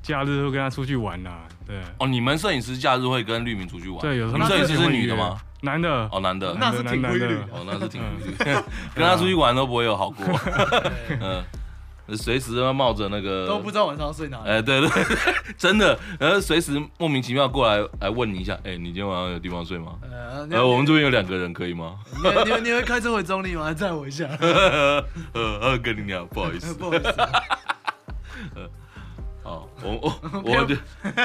C: 假日会跟他出去玩啦，对
A: 哦，你们摄影师假日会跟绿明出去玩？
C: 对，有时
A: 你
C: 候
A: 们摄影师是
C: 会
A: 女的
C: 约
A: 吗？？
C: 男的，
A: 哦，男的，
B: 那是挺规律的。
A: 哦，那是挺
B: 嗯
A: 无语的， 跟他出去玩都不会有好过，嗯，随时要冒着那个
B: 都不知道晚上要睡哪里。
A: 呃哎、对对对， 真的，然后随时莫名其妙过来来问你一下，哎、你今天晚上有地方睡吗？
B: 呃，你
A: 呃，我们这边有两个人，可以吗？
B: 你你你会开车回中立吗？载我一下，
A: 呃呃，跟你聊，不好意思，
B: 不好意思。
A: 哦，我我我觉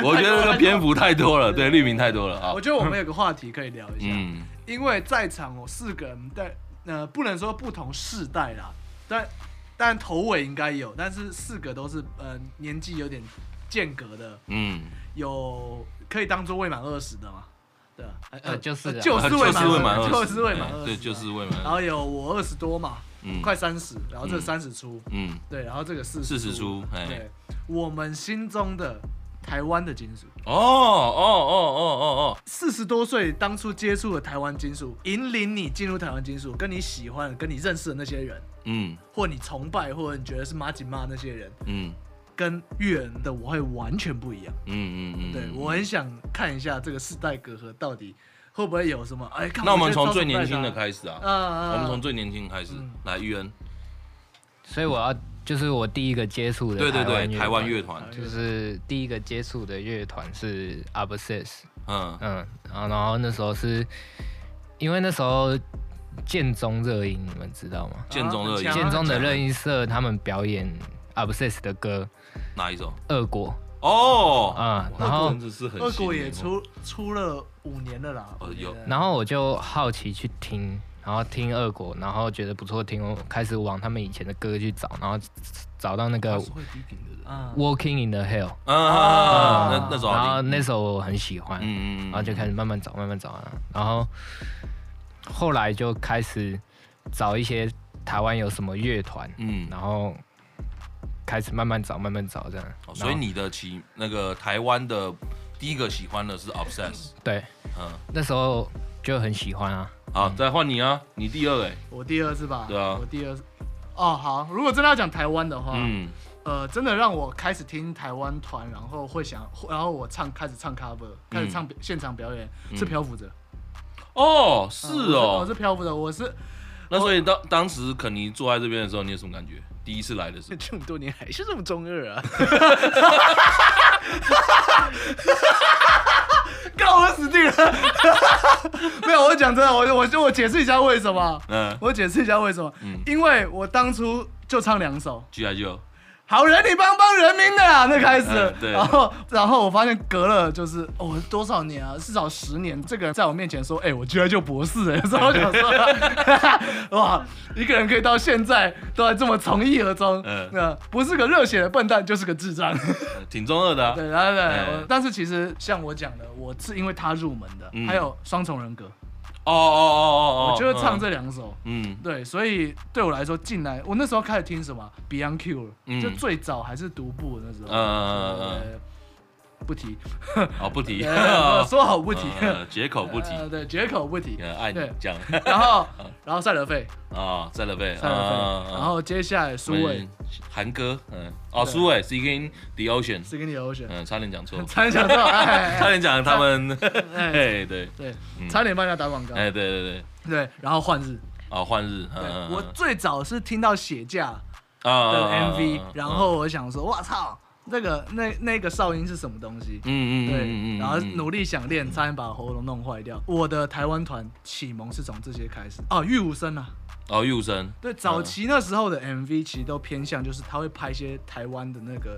A: 我觉得这个篇幅太多了，对，绿名太多了啊
B: 我，觉得我们有个话题可以聊一下，
A: 嗯，
B: 因为在场我四个人，但呃不能说不同世代啦，但但头尾应该有，但是四个都是呃年纪有点间隔的，
A: 嗯，
B: 有可以当做未满二十的嘛，对吧，
D: 呃就是啊
B: 就是未
A: 就是未满
B: 满
A: 二
B: 20
A: 十，
B: 就是未满
A: 哎
B: 二十，啊
A: 对，就是。未满
B: 然
A: 二
B: 后
A: 十，
B: 有我二十多嘛，
A: 嗯
B: 快三十，然后这
A: 嗯
B: 三十出，
A: 嗯，
B: 对，然后这个四
A: 四十出，哎，
B: 对，我们心中的台湾的金属，
A: 哦哦哦哦哦
B: 四十多岁当初接触的台湾金属，引领你进入台湾金属，跟你喜欢的、跟你认识的那些人，
A: 哦，嗯
B: 或你崇拜，或者你觉得是马吉妈那些人，
A: 嗯
B: 跟越人的我会完全不一样。
A: 嗯嗯嗯，
B: 对我很想看一下这个世代隔阂到底会不会有什么？哎，看
A: 那我
B: 觉
A: 们
B: 得
A: 从
B: 超
A: 最
B: 崇拜
A: 年轻的
B: 他，
A: 开始啊，
B: 啊
A: 我们从最年轻开始
B: 嗯
A: 来，玉恩，
D: 所以我要就是我第一个接触的
A: 对对对，台湾
D: 团啊
A: 乐团，
D: 就是第一个接触的乐团是 Abscess，
A: 嗯。
D: 嗯，然后然后那时候是因为那时候建中热音，你们知道吗？
A: 建中热
B: 啊
A: 音，
D: 建中的热音社他们表演 Abscess 的歌
A: 哪一首？
D: 《恶果
A: 哦》，
D: 啊、
A: 哇
D: 然后
A: 真的是很
B: 二国
A: 新
B: 也
A: 耶，
B: 出出了五年了啦，
A: 哦
B: 我觉
A: 有
B: 得
D: 然后我就好奇去听，然后听恶果，然后觉得不错听，我开始往他们以前的歌去找，然后找到那
A: 他
D: 个
A: 是会低频的人。
B: 啊
D: Walking in the Hell，
A: 嗯，那那首
D: 然后
A: 好听，
D: 那首我很喜欢，
A: 嗯嗯，
D: 然后就开始慢慢找，慢慢找啊，然后后来就开始找一些台湾有什么乐团，
A: 嗯，
D: 然后开始慢慢找，慢慢找这样。
A: 哦
D: 然
A: 所以
D: 后
A: 你的起那个台湾的第一个喜欢的是 Obsess，
D: 对
A: 嗯，
D: 那时候就很喜欢啊，
A: 好，再换你啊，你第二哎，
B: 我第二是吧？
A: 对啊
B: 我第二是。哦，好，如果真的要讲台湾的话，
A: 嗯，
B: 呃，真的让我开始听台湾团，然后会想，然后我唱开始唱 cover，开始唱
A: 嗯
B: 表现场表演，是漂浮着。
A: 哦，嗯是
B: 我是
A: 哦，
B: 漂浮的，我是
A: 那所以当当时肯尼坐在这边的时候，你有什么感觉？第一次来的时候，
E: 这么多年还是这么中二啊！
B: 干我死定了。 没有，我讲真的，我我就我解释一下为什么，
A: 嗯
B: 我解释一下为什么，
A: 嗯
B: 因为我当初就唱两首。
A: ，G I 就
B: 好人，你帮帮人民的啦，那开始，
A: 嗯对
B: 然后然后我发现隔了就是哦多少年啊，至少十年，这个人在我面前说，哎、我居然就博士、欸，然后我想说， 哇，一个人可以到现在都还这么从一而终，
A: 嗯
B: 那、不是个热血的笨蛋，就是个 智障，
A: 挺中二的啊，
B: 对，然后对，
A: 嗯
B: 我但是其实像我讲的，我是因为他入门的，
A: 嗯
B: 还有双重人格，
A: 哦哦哦哦哦，
B: 我就会唱
A: 嗯，
B: 这两首。
A: 嗯
B: 对，所以对我来说，进来我那时候开始听什么 Beyond Q 了，
A: 嗯
B: 就最早还是独步的那时候，
A: 嗯嗯嗯嗯
B: 呃 不提，
A: 哦不提，
B: 呃说好不提，
A: 呃绝口不提，
B: 呃对，绝口不提。
A: 呃爱你
B: 对
A: 这样
B: 然后， 然后赛德费，
A: 啊，再了呗，
B: 赛德
A: 嗯
B: 费，然后接下来苏伟
A: 嗯韩哥，嗯，哦
B: 对
A: 苏伟 s e e k i n the Ocean，
B: 是跟你有选，，
A: 嗯，差点讲错
B: 差点想到，
A: 差
B: 哎，
A: 点讲他们，
B: 哎哎，
A: 嘿对，
B: 对
A: 嗯，
B: 差点帮人家打广告，
A: 哎对对对，
B: 对，然后换日，
A: 啊换日，嗯
B: 对
A: 嗯
B: 我
A: 嗯
B: 最早是听到血架
A: 啊
B: 的
A: 啊啊
B: MV，
A: 啊
B: 然后我想说，哇操，那个那那个哨音是什么东西？
A: 嗯嗯嗯嗯
B: 对，
A: 嗯，
B: 然后努
A: 力，
B: 力想练，差点把喉咙弄坏掉。我的台湾团启蒙是从这些开始哦，玉无声啊，
A: 哦玉无声，
B: 对，早期那时候的 MV 其实都偏向就是他会拍一些台湾的那个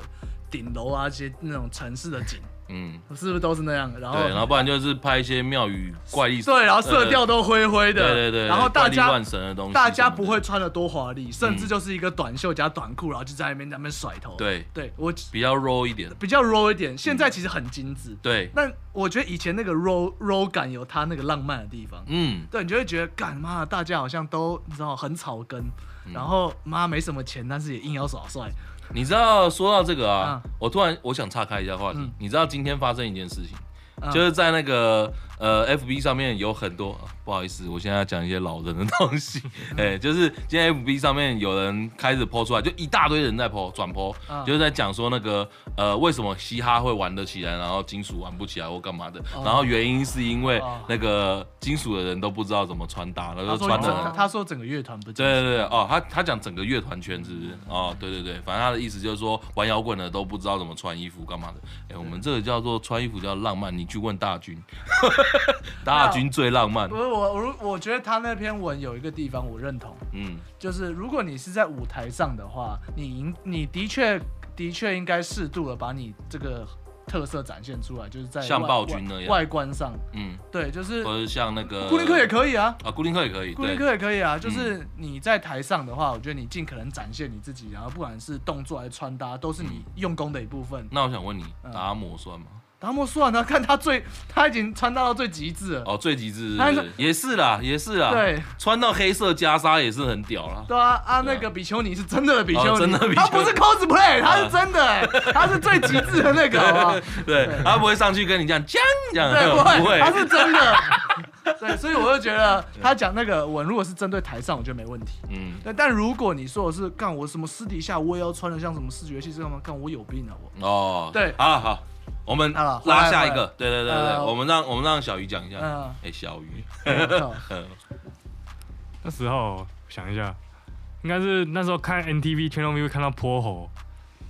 B: 顶楼啊，一些那种城市的景，
A: 嗯，
B: 是不是都是那样？然后
A: 对，然后不然就是拍一些庙宇怪异，
B: 哦对，然后色调都灰灰
A: 呃，
B: 的，
A: 对对对，
B: 然后大
A: 怪力
B: 家
A: 乱神的东西什么的，嗯
B: 大家不会穿的多华丽，甚至就是一个短袖加短裤，然后就在那边在那边甩头。，
A: 对
B: 对我
A: 比较 raw 一点，
B: 比较 raw 一点，现在其实很精致。
A: 对，
B: 但我觉得以前那个 raw raw 感有它那个浪漫的地方，
A: 嗯
B: 对，你就会觉得干妈的大家好像都你知道很草根，
A: 嗯
B: 然后妈没什么钱，但是也硬要耍帅。
A: 你知道说到这个啊，
B: 嗯
A: 我突然我想岔开一下话题。
B: 嗯
A: 你知道今天发生一件事情，
B: 嗯
A: 就是在那个呃 FB 上面有很多、啊不好意思，我现在要讲一些老人的东西，
B: 嗯
A: 哎、就是今天 FB 上面有人开始 po 出来，就一大堆人在 po 转 po，、
B: 嗯
A: 就是在讲说那个呃为什么嘻哈会玩得起来，然后金属玩不起来或干嘛的，
B: 哦
A: 然后原因是因为
B: 哦
A: 那个金属的人都不知道怎么穿搭，然
B: 他
A: 后就
B: 说
A: 穿
B: 整
A: 的很
B: 个他说整个乐团不
A: 对对
B: 对，
A: 对，哦，他他讲整个乐团圈是不是？哦，对对对，反正他的意思就是说，玩摇滚的都不知道怎么穿衣服干嘛的。哎，我们这个叫做穿衣服叫浪漫，你去问大军，大军最浪漫
B: 不。是我我我觉得他那篇文有一个地方我认同，
A: 嗯
B: 就是如果你是在舞台上的话，你应你的确的确应该适度的把你这个特色展现出来，就是在
A: 像
B: 外
A: 暴君那样
B: 外外观上，
A: 嗯，
B: 对，就是
A: 或者像那个
B: 固定课也可以啊。
A: 啊，固定课也可以，
B: 固定
A: 对，
B: 课也可以啊，就是你在台上的话，我觉得你尽可能展现你自己，然后不管是动作还是穿搭，都是你用功的一部分。
A: 那我想问你，
B: 嗯
A: 达摩算吗？
B: 达摩算了，看他最，他已经穿搭到最极致了。
A: 哦，最极致是不
B: 嗯他
A: 是
B: 是
A: 也是啦，也是啦，，
B: 对
A: 穿到黑色袈裟也是很屌啦。
B: 对啊啊，
A: 对啊
B: 那个比丘尼是真的比丘
A: 哦
B: 尼，
A: 真的比丘尼
B: 他不是 cosplay，他是真的、欸，他是最极致的那个，好不好？
A: 对，他不会上去跟你这样将这样，
B: 对，
A: 不
B: 不
A: 会
B: 会，，他是真的。对，所以我就觉得他讲那个文，如果是针对台上，我觉得没问题。
A: 嗯
B: 对，但如果你说我是干我什么私底下我也要穿的像什么视觉系这样吗？干我有病啊我。
A: 哦，
B: 对
A: 好了好，我们
B: 好了回
A: 拉
B: 来
A: 下一
B: 回
A: 个
B: 来，
A: 对对对对，
B: 呃
A: 我们让我们让小鱼讲一下，哎、
B: 嗯
A: 小鱼，
B: 靠
A: 嗯
C: 那时候想一下，应该是那时候看 NTV Channel V 会看到泼猴，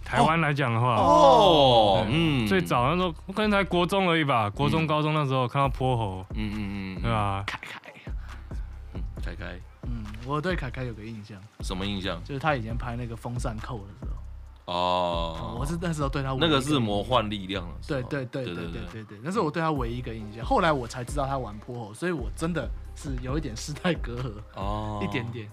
C: 台湾来讲的话，
B: 哦
A: 哦，
C: 对
A: 嗯，
C: 最，早那时候我可能才国中而已吧，国中
A: 嗯
C: 高中那时候看到泼猴，
A: 嗯嗯嗯，
C: 对吧？
B: 凯凯，
A: 嗯，凯凯
B: 嗯，我对凯凯有个印象，
A: 什么印象？
B: 就是他以前拍那个风扇扣的时候，
A: 哦，
B: 我是那时候对他唯一
A: 那
B: 一
A: 个是魔幻力量了，
B: 对对对
A: 对
B: 对
A: 对
B: 对对对，那是我对他唯一一个印象。后来我才知道他玩泼猴，所以我真的是有一点世代隔阂，
A: 哦，
B: 一点，点。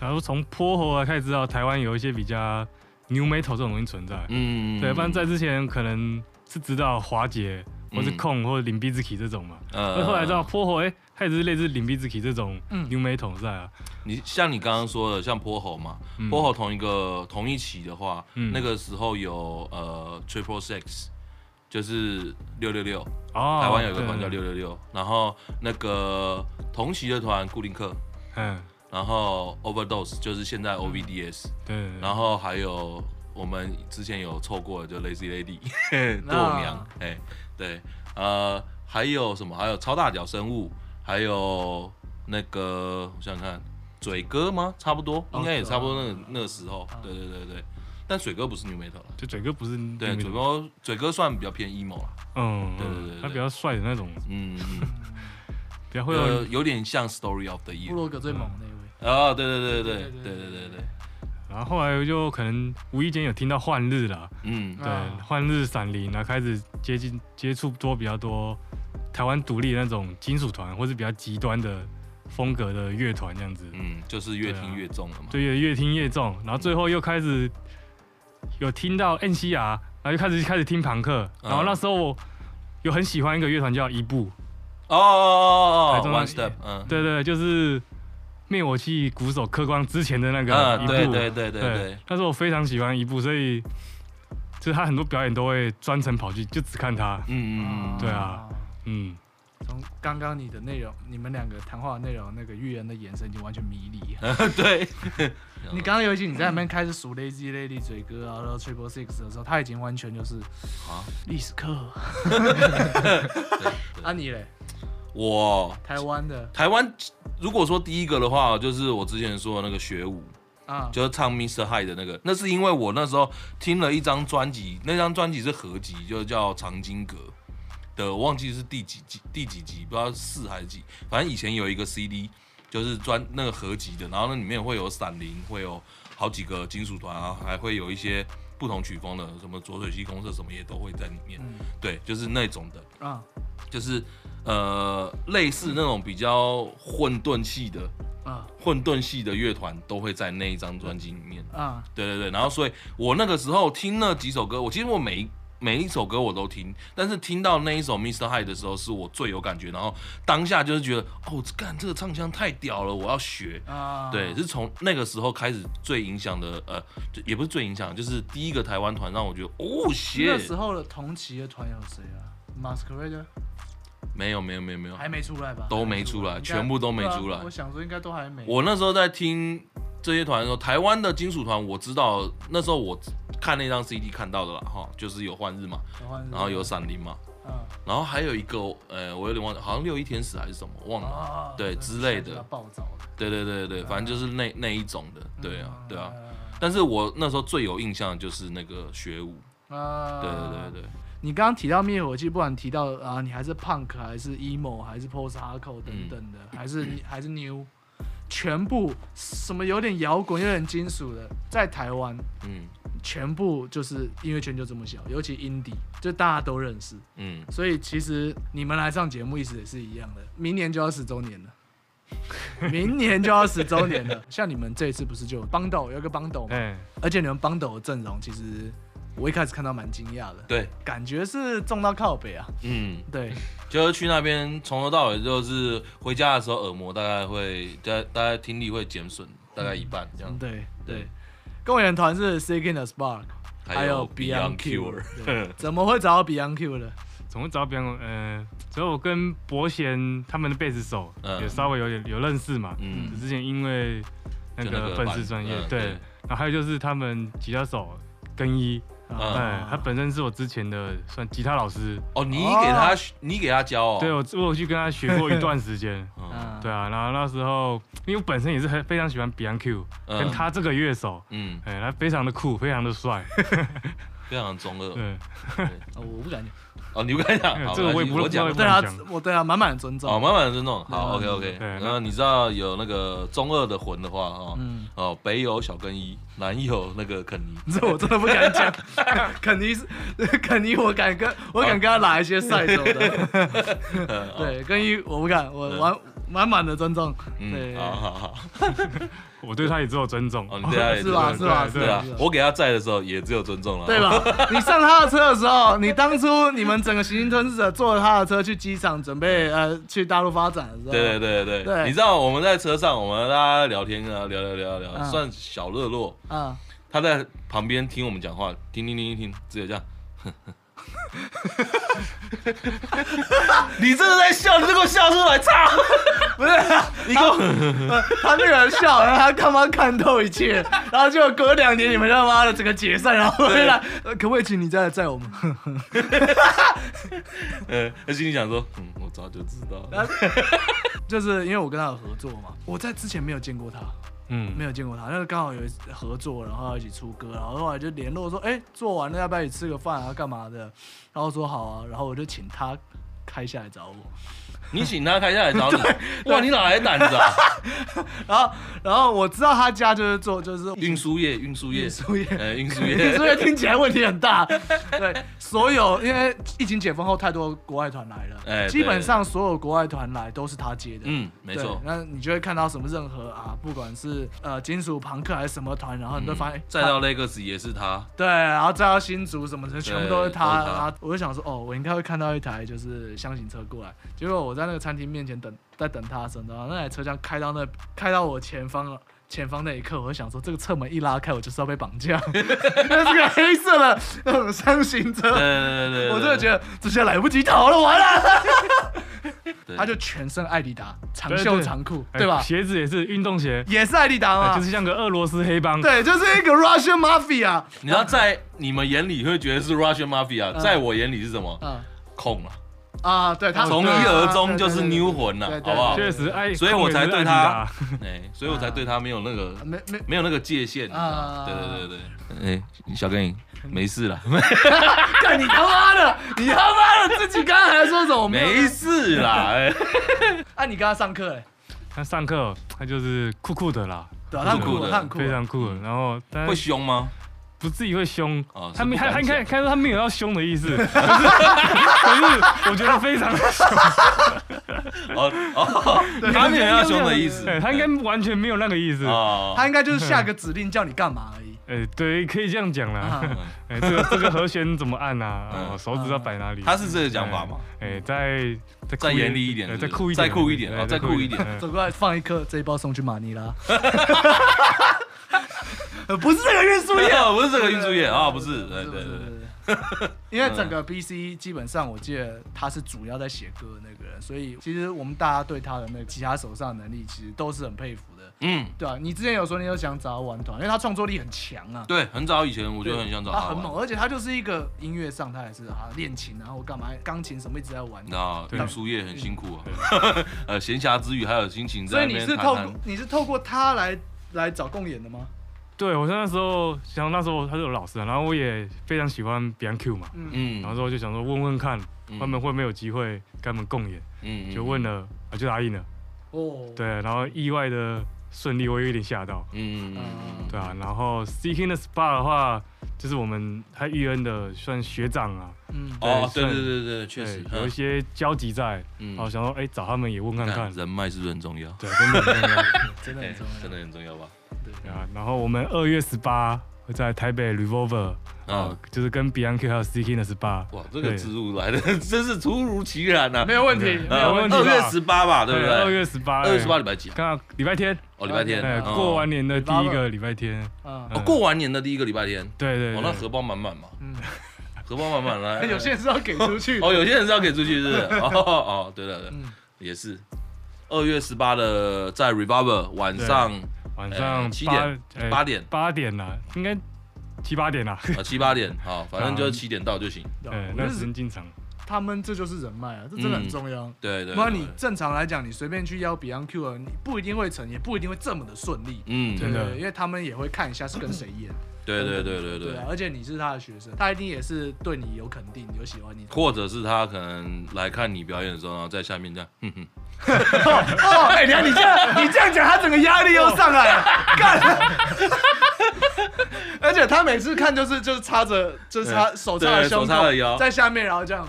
C: 然后从泼猴啊开始知道台湾有一些比较 new metal 这种东西存在，
A: 嗯，
C: 对，不然在之前可能是知道华姐或是
A: 嗯
C: 控或者领 B 字体这种嘛。
A: 呃
C: 那后来到泼猴，哎，它也是类似领 B 字体这种
B: 嗯
C: new metal 在啊，
A: 你像你刚刚说的，像泼猴嘛，
C: 嗯
A: 泼猴同一个同一期的话，
C: 嗯
A: 那个时候有呃 Triple Six，就是六六六，
C: 哦
A: 台湾有一个团叫
C: 对
A: 六六六，然后那个同期的团固定客，
C: 嗯，
A: 然后 Overdose 就是现在 OVDS，、
C: 对嗯对，
A: 然后还有我们之前有凑过的就 Lazy Lady 豆娘，哎、对，呃，还有什么？还有超大脚生物，还有那个我想想看，嘴哥吗？差不
C: 哦
A: 多，应该也差不多那个、
C: 啊
A: 那个时候，对对对对。但嘴哥不是 New Metal 了，
C: 就嘴哥不是
A: 对，嘴
C: new metal，
A: 哥嘴哥算比较偏 emo 了，
C: 嗯，
A: 对对对对
C: 他比较帅的那种，
A: 嗯，嗯
C: 比较会有
A: 呃，有点像 Story of the
B: 部
A: Year。
B: 落格最猛的那一位。
A: 啊，对对对对对
B: 对
A: 对
B: 对
A: 对对对，
C: 然后后来就可能无意间有听到幻日啦，
A: 嗯
C: 对
B: 啊，
C: 幻日、闪灵，然后开始接近接触多比较多台湾独立的那种金属团，或是比较极端的风格的乐团这样子，
A: 嗯，就是越
C: 对啊
A: 听越重了嘛。
C: 对，越听越重，然后最后又开始有听到 NCR，然后又开始开始听朋克，
A: 嗯
C: 然后那时候我有很喜欢一个乐团叫一步，
A: 哦哦哦
C: 台
A: 哦
C: 中
A: ，One Step，嗯，
C: 对对，就是灭火器鼓手柯光之前的那个
A: 嗯，
C: 一
A: 对
C: 步，
A: 对对对对，
C: 但是我非常喜欢一步，所以就是他很多表演都会专程跑去就只看他，
A: 嗯嗯嗯，
C: 对啊。嗯，
B: 哦从刚刚你的内容，你们两个谈话的内容，那个玉恩的眼神已经完全迷离。
A: 对，
B: 你刚刚尤其你在那边开始数 Lazy Lady 嘴哥啊，然后 Triple Six 的时候，他已经完全就是
A: 啊
B: 历史课。啊你嘞，
A: 我
B: 台湾的
A: 台湾如果说第一个的话，就是我之前说的那个学舞，
B: 啊，
A: 就是唱 Mr. High 的那个，那是因为我那时候听了一张专辑，那张专辑是合集，就叫《长津阁》的，我忘记是第几集第几集，不知道四还是几，反正以前有一个 CD，就是专那个合集的，然后那里面会有闪灵，会有好几个金属团啊，还会有一些不同曲风的，什么浊水溪公社什么也都会在里面，
B: 嗯
A: 对，就是那种的。
B: 啊
A: 就是呃类似那种比较混沌系的
B: 啊
A: 混沌系的乐团都会在那一张专辑里面。
B: 啊，
A: 对对对，然后所以我那个时候听那几首歌，我其实我每一每一首歌我都听，但是听到那一首 Mr. High 的时候，是我最有感觉，然后当下就是觉得哦，干这个唱腔太屌了，我要学。
B: 啊，
A: 对，是从那个时候开始最影响的，呃，就也不是最影响，就是第一个台湾团让我觉得哦，
B: 那
A: 谢，
B: 时候的同期的团有谁啊？Masquerade
A: 没有没有没有没有，
B: 还没出来吧？
A: 都没出来
B: 应该
A: 全部都没
B: 对啊
A: 出来
B: 我想说应该都还没。
A: 我那时候在听这些团的时候，台湾的金属团我知道，那时候我看那张 CD 看到的啦，哈，就是有幻日嘛，
B: 台湾是
A: 然后有闪灵嘛，
B: 啊
A: 然后还有一个呃，我有点忘了，好像六一天使还是什么，我忘了。
C: 哦
B: 啊
A: 对之类的
B: 暴躁的，
A: 对对对
C: 嗯
A: 对，反正就是那那一种的，对啊
B: 嗯
A: 对啊。但是我那时候最有印象的就是那个学舞，
B: 啊，
A: 对对对对，
B: 你刚刚提到灭火器，不管提到啊，你还是 punk 还是 emo 还是 post hardcore 等等的，
A: 嗯
B: 还是还是 new，全部什么有点摇滚有点金属的，在台湾
A: 嗯
B: 全部就是音乐圈就这么小，尤其 indie 就大家都认识，
A: 嗯，
B: 所以其实你们来上节目意思也是一样的，明年就要十周年了。 明年就要十周年了，像你们这一次不是就有帮斗有一个帮
A: 哦
B: 斗嘛，
C: 哎，
B: 而且你们帮斗的阵容，其实我一开始看到蛮惊讶的，
A: 对，
B: 感觉是重到靠北啊。
A: 嗯，
B: 对，
A: 就是去那边从头到尾就是回家的时候耳膜大概会大大概听力会减损大概一半这
C: 嗯
A: 样，
B: 对对
A: 对，
B: 共演团是 Seeking a Spark，还有 Beyond Cure，对怎么会找到 Beyond Cure 的？
C: 总会找别人，呃，所以我跟伯贤他们的贝斯手
A: 嗯
C: 也稍微有点有认识嘛，
A: 嗯
C: 之前因为那
A: 就那
C: 个
A: 个
C: 愤
A: 版
C: 世专业
A: 嗯，
C: 对
A: 对，
C: 然后还有就是他们吉他手更衣，
A: 嗯
C: 哎，他本身是我之前的算吉他老师，
A: 哦，你给他，你给他教哦。
C: 对我我有去跟他学过一段时间，
A: 嗯，
C: 对啊，然后那时候因为我本身也是很非常喜欢 Beyond Q，跟他这个乐手，
A: 嗯，
C: 哎，他非常的酷，非常 的帅，
A: 非常中二。
C: 对，
B: 哦我不敢
A: 哦，你不敢讲，好
C: 这个我也不
A: 没关系
C: 知道
A: 我
B: 讲，
A: 讲。
B: 对他
C: 讲，
B: 我对他满满的尊
A: 哦，
B: 重。
A: 慢慢的尊重。好，OK
B: 对
A: OK。
C: 对
A: 然后你知道有那个中二的魂的话哦，
B: 嗯
A: 哦，北有小更衣，南有那个肯尼。
B: 这我真的不敢讲， 肯尼是肯尼，我
A: 哦 嗯
B: 敢跟我敢跟他拿一些赛手的，对，跟一我不敢，我玩满满的尊重。
A: 嗯，
B: 对，
A: 好好好，
C: 我对他也只有尊重。
A: 哦， 你对他也
B: 是吧？
A: 尊
B: 是
A: 重
B: 吧？
C: 对
B: 是
A: 对
B: 吧
A: 啊？
B: 是，吧
A: 我给他在的时候也只有尊重了，
B: 对？吧？你上他的车的时候，你当初你们整个行星吞噬者坐着他的车去机场准备呃去大陆发展的时候，
A: 对对对对，
B: 对
A: 你知道我们在车上，我们大家聊天啊，聊聊聊聊，
B: 嗯
A: 算小热络。
B: 嗯，
A: 他在旁边听我们讲话，听听听听听，只有这样。 你这是在笑，你这给我笑出来，操！
B: 不是，你跟我呃他那个笑，然后他他妈看透一切，然后就隔两年你们他妈的整个解散，然后回来，呃可不可以请你再来载我们？
A: 呃，他心里想说，嗯，我早就知道了。
B: 就是因为我跟他有合作嘛，我在之前没有见过他，
C: 嗯，
B: 没有见过他，但是刚好有一次合作，然后一起出歌，然后后来就联络说，哎、做完了要不要一起吃个饭啊，干嘛的？然后说好啊，然后我就请他开下来找我，
A: 你请他开下来找你，哇，你哪来胆子啊？
B: 然后然后我知道他家就是 做就是
A: 运输业，运输业，
B: 输液。
A: 呃，运输
B: 你
A: 业，
B: 这个听起来问题很大。对，所有因为疫情解封后，太多国外团来了，
A: 哎
B: 基本上所有国外团来都是他接的。
A: 嗯，没
B: 对
A: 错，
B: 那你就会看到什么任何啊，不管是呃金属朋克还是什么团，然后你都发现、哎
A: 再到 Legacy 也是他，
B: 对，然后再到新竹什么的，全部都是他。
A: 都是他
B: 然后我就想说，哦，我应该会看到一台就是箱型车过来。结果我在那个餐厅面前等，在等他的时候，然后那台车这样开到那开到我前方了。前方那一刻，我就想说，这个侧门一拉开，我就是要被绑架。那是个黑色的那种箱型车
A: 对，对对对，
B: 我真的觉
A: 得
B: 得这下来不及逃了，完了。
A: 对
B: 他就全身艾迪达，长
C: 对
B: 袖
C: 对
B: 长裤，
C: 哎
B: 对吧？
C: 鞋子也是运动鞋，
B: 也是艾迪达
C: 哎
B: 嘛
C: 就，是像个俄罗斯黑帮。
B: 对，就是一个 Russian Mafia。
A: 你要在你们眼里会觉得是 Russian Mafia，
B: 嗯
A: 在我眼里是什么？
B: 嗯
A: 控啊，
B: 啊，对他
A: 从一而终就是
B: 妞。
A: new 魂呐啊
B: 对，对
A: 好不好？
C: 确实，哎，
A: 所以我才对他
C: 控也是艾迪达
A: 哎，所以我才对他没有那个
B: 没没
A: 没有那个界限，你知道吗
B: 啊
A: 对对对对，哎，小根影没事了，
B: 干你他妈的，你他妈的自己刚才还说什么？
A: 没事啦，哎，
B: 啊，你跟他上课哎，
C: 他上课他就是酷酷的啦，
B: 对啊，他很嗯
A: 酷
B: 酷，
A: 的
B: 他很酷，
C: 非常酷的。然后但
A: 会凶吗？
C: 不至于会凶
A: 哦，
C: 他
A: 是
C: 没
A: 不
C: 他
A: 敢
C: 他
A: 讲
C: 看看他没有要凶的意思，可是 可是我觉得非常凶，
A: 哦哦，他没有要凶的意思，
C: 哎他应该完全没有那个意思。
A: 哦，
B: 他应该就是下个指令叫你干嘛而已。
C: 哎，对，可以这样讲啦。
B: 啊
C: 哎，这个这个和弦怎么按啊？
A: 嗯
C: 哦，手指要摆哪里？
A: 他是这个讲法吗？
C: 哎，再再
A: 再
C: 酷
A: 严厉一点
C: 哎
A: 是不
C: 再
A: 是
C: 酷一点，
A: 再酷一点
C: 哎
A: 哦再酷一点。
C: 哎
B: 走过来放一颗，这一包送去马尼 拉。呃不是这个运输
A: 不
B: 业，
A: 要，不是这个运输业啊，不是，对对对嗯对，
B: 对对。因为整个 BC 基本上，我记得他是主要在写歌的那个人，所以其实我们大家对他的那个吉他手上的能力，其实都是很佩服的。
A: 嗯，
B: 对啊，你之前有说你有想找他玩团，因为他创作力很强啊。
A: 对，很早以前我就很想找
B: 他
A: 他
B: 啊很猛，
A: 玩，
B: 而且他就是一个音乐上，他也是啊练琴，然后干嘛钢琴什么一直在玩
A: 你知。道
C: 对
A: 运输业很辛苦啊， 呃，闲暇之余还有心情
B: 所
A: 在那
B: 以你
A: 边
B: 是
A: 谈
B: 透
A: 谈
B: 过。你是透过他来来找共演的吗？
C: 对，我那时候想，那时候他是我老师啊，然后我也非常喜欢 b e y o n Q 嘛，
A: 嗯
C: 然后之后就想说问问看，
A: 嗯
C: 他们会没有机会跟他们共演，
A: 嗯
C: 就问，了，啊就答应了，
B: 哦，
C: 对，然后意外的顺利，我有一点吓到，
A: 嗯嗯嗯嗯
C: 对啊，然后 Seeking the Spa 的话，就是我们和玉恩的算学长啊，
B: 嗯，
A: 哦，对
C: 对
A: 对对对，确实
C: 对有一些交集在，
A: 嗯
C: 然后想说，哎，找他们也问看看，
A: 人脉是不是很重要？
C: 对，真的真的
B: 真的
A: 哎
B: 很重要
A: 真。的很重要吧？
C: 对啊， 然后我们二月十八会在台北 Revolver，
A: 啊
C: 啊，，就是跟 b e y o n Q 还有 Seeking the Spa，
A: 哇，这个植入来的 真是突如其然呐！
B: 没有问题，没
A: 呃，
B: 有问
C: 没问题
A: 二月
C: 吧
A: 十八吧，对不对？
C: 二月十八，
A: 二月十八礼拜几啊？
C: 刚好礼拜天，
A: 哦，礼拜天
C: 哎，，
A: 嗯
C: 过完年的第一个礼拜天，
B: 题啊。
A: 哦，过完年的第一个礼拜天，
C: 对对，
A: 哦，
C: 对哎
A: 那荷包满满嘛，
B: 嗯
A: 荷包满满来，
B: 啊有些人是要给出 去的，
A: 哦，有些人是要给出去，是不是？哦哦，对了对了
B: 嗯，
A: 也是。二月十八的在 Reviver 晚上
C: 晚
A: 呃
C: 上
A: 七
C: 八
A: 点
C: 哎
A: 八点
C: 八点啦，应该七八点啦，
A: 啊七八点，好，反正就是七点到就行。
B: 对
C: 哎
B: 啊，我
C: 那
B: 就
C: 时
B: 是
C: 间进场，
B: 他们这就是人脉啊，这真的很重要。
A: 嗯对对，
B: 不然
A: 对
B: 你正常来讲，你随便去邀 Beyond Q 啊，你不一定会成，也不一定会这么的顺利。
A: 嗯，
B: 对
C: 真的
B: 对，因为他们也会看一下是跟谁演，
A: 对对对对
B: 对
A: 对
B: 啊，，而且你是他的学生，他一定也是对你有肯定，有喜 欢你。
A: 或者是他可能来看你表演的时候，然后在下面这样，哼哼，
B: 哦，哎，你看你这样，你这样讲，他整个压力又上来了，干。哦 而且他每次看就是就是插着，就是插
A: 对
B: 手插着
A: 对
B: 胸
A: 手插着
B: 口
A: 腰，
B: 在下面，然后这样，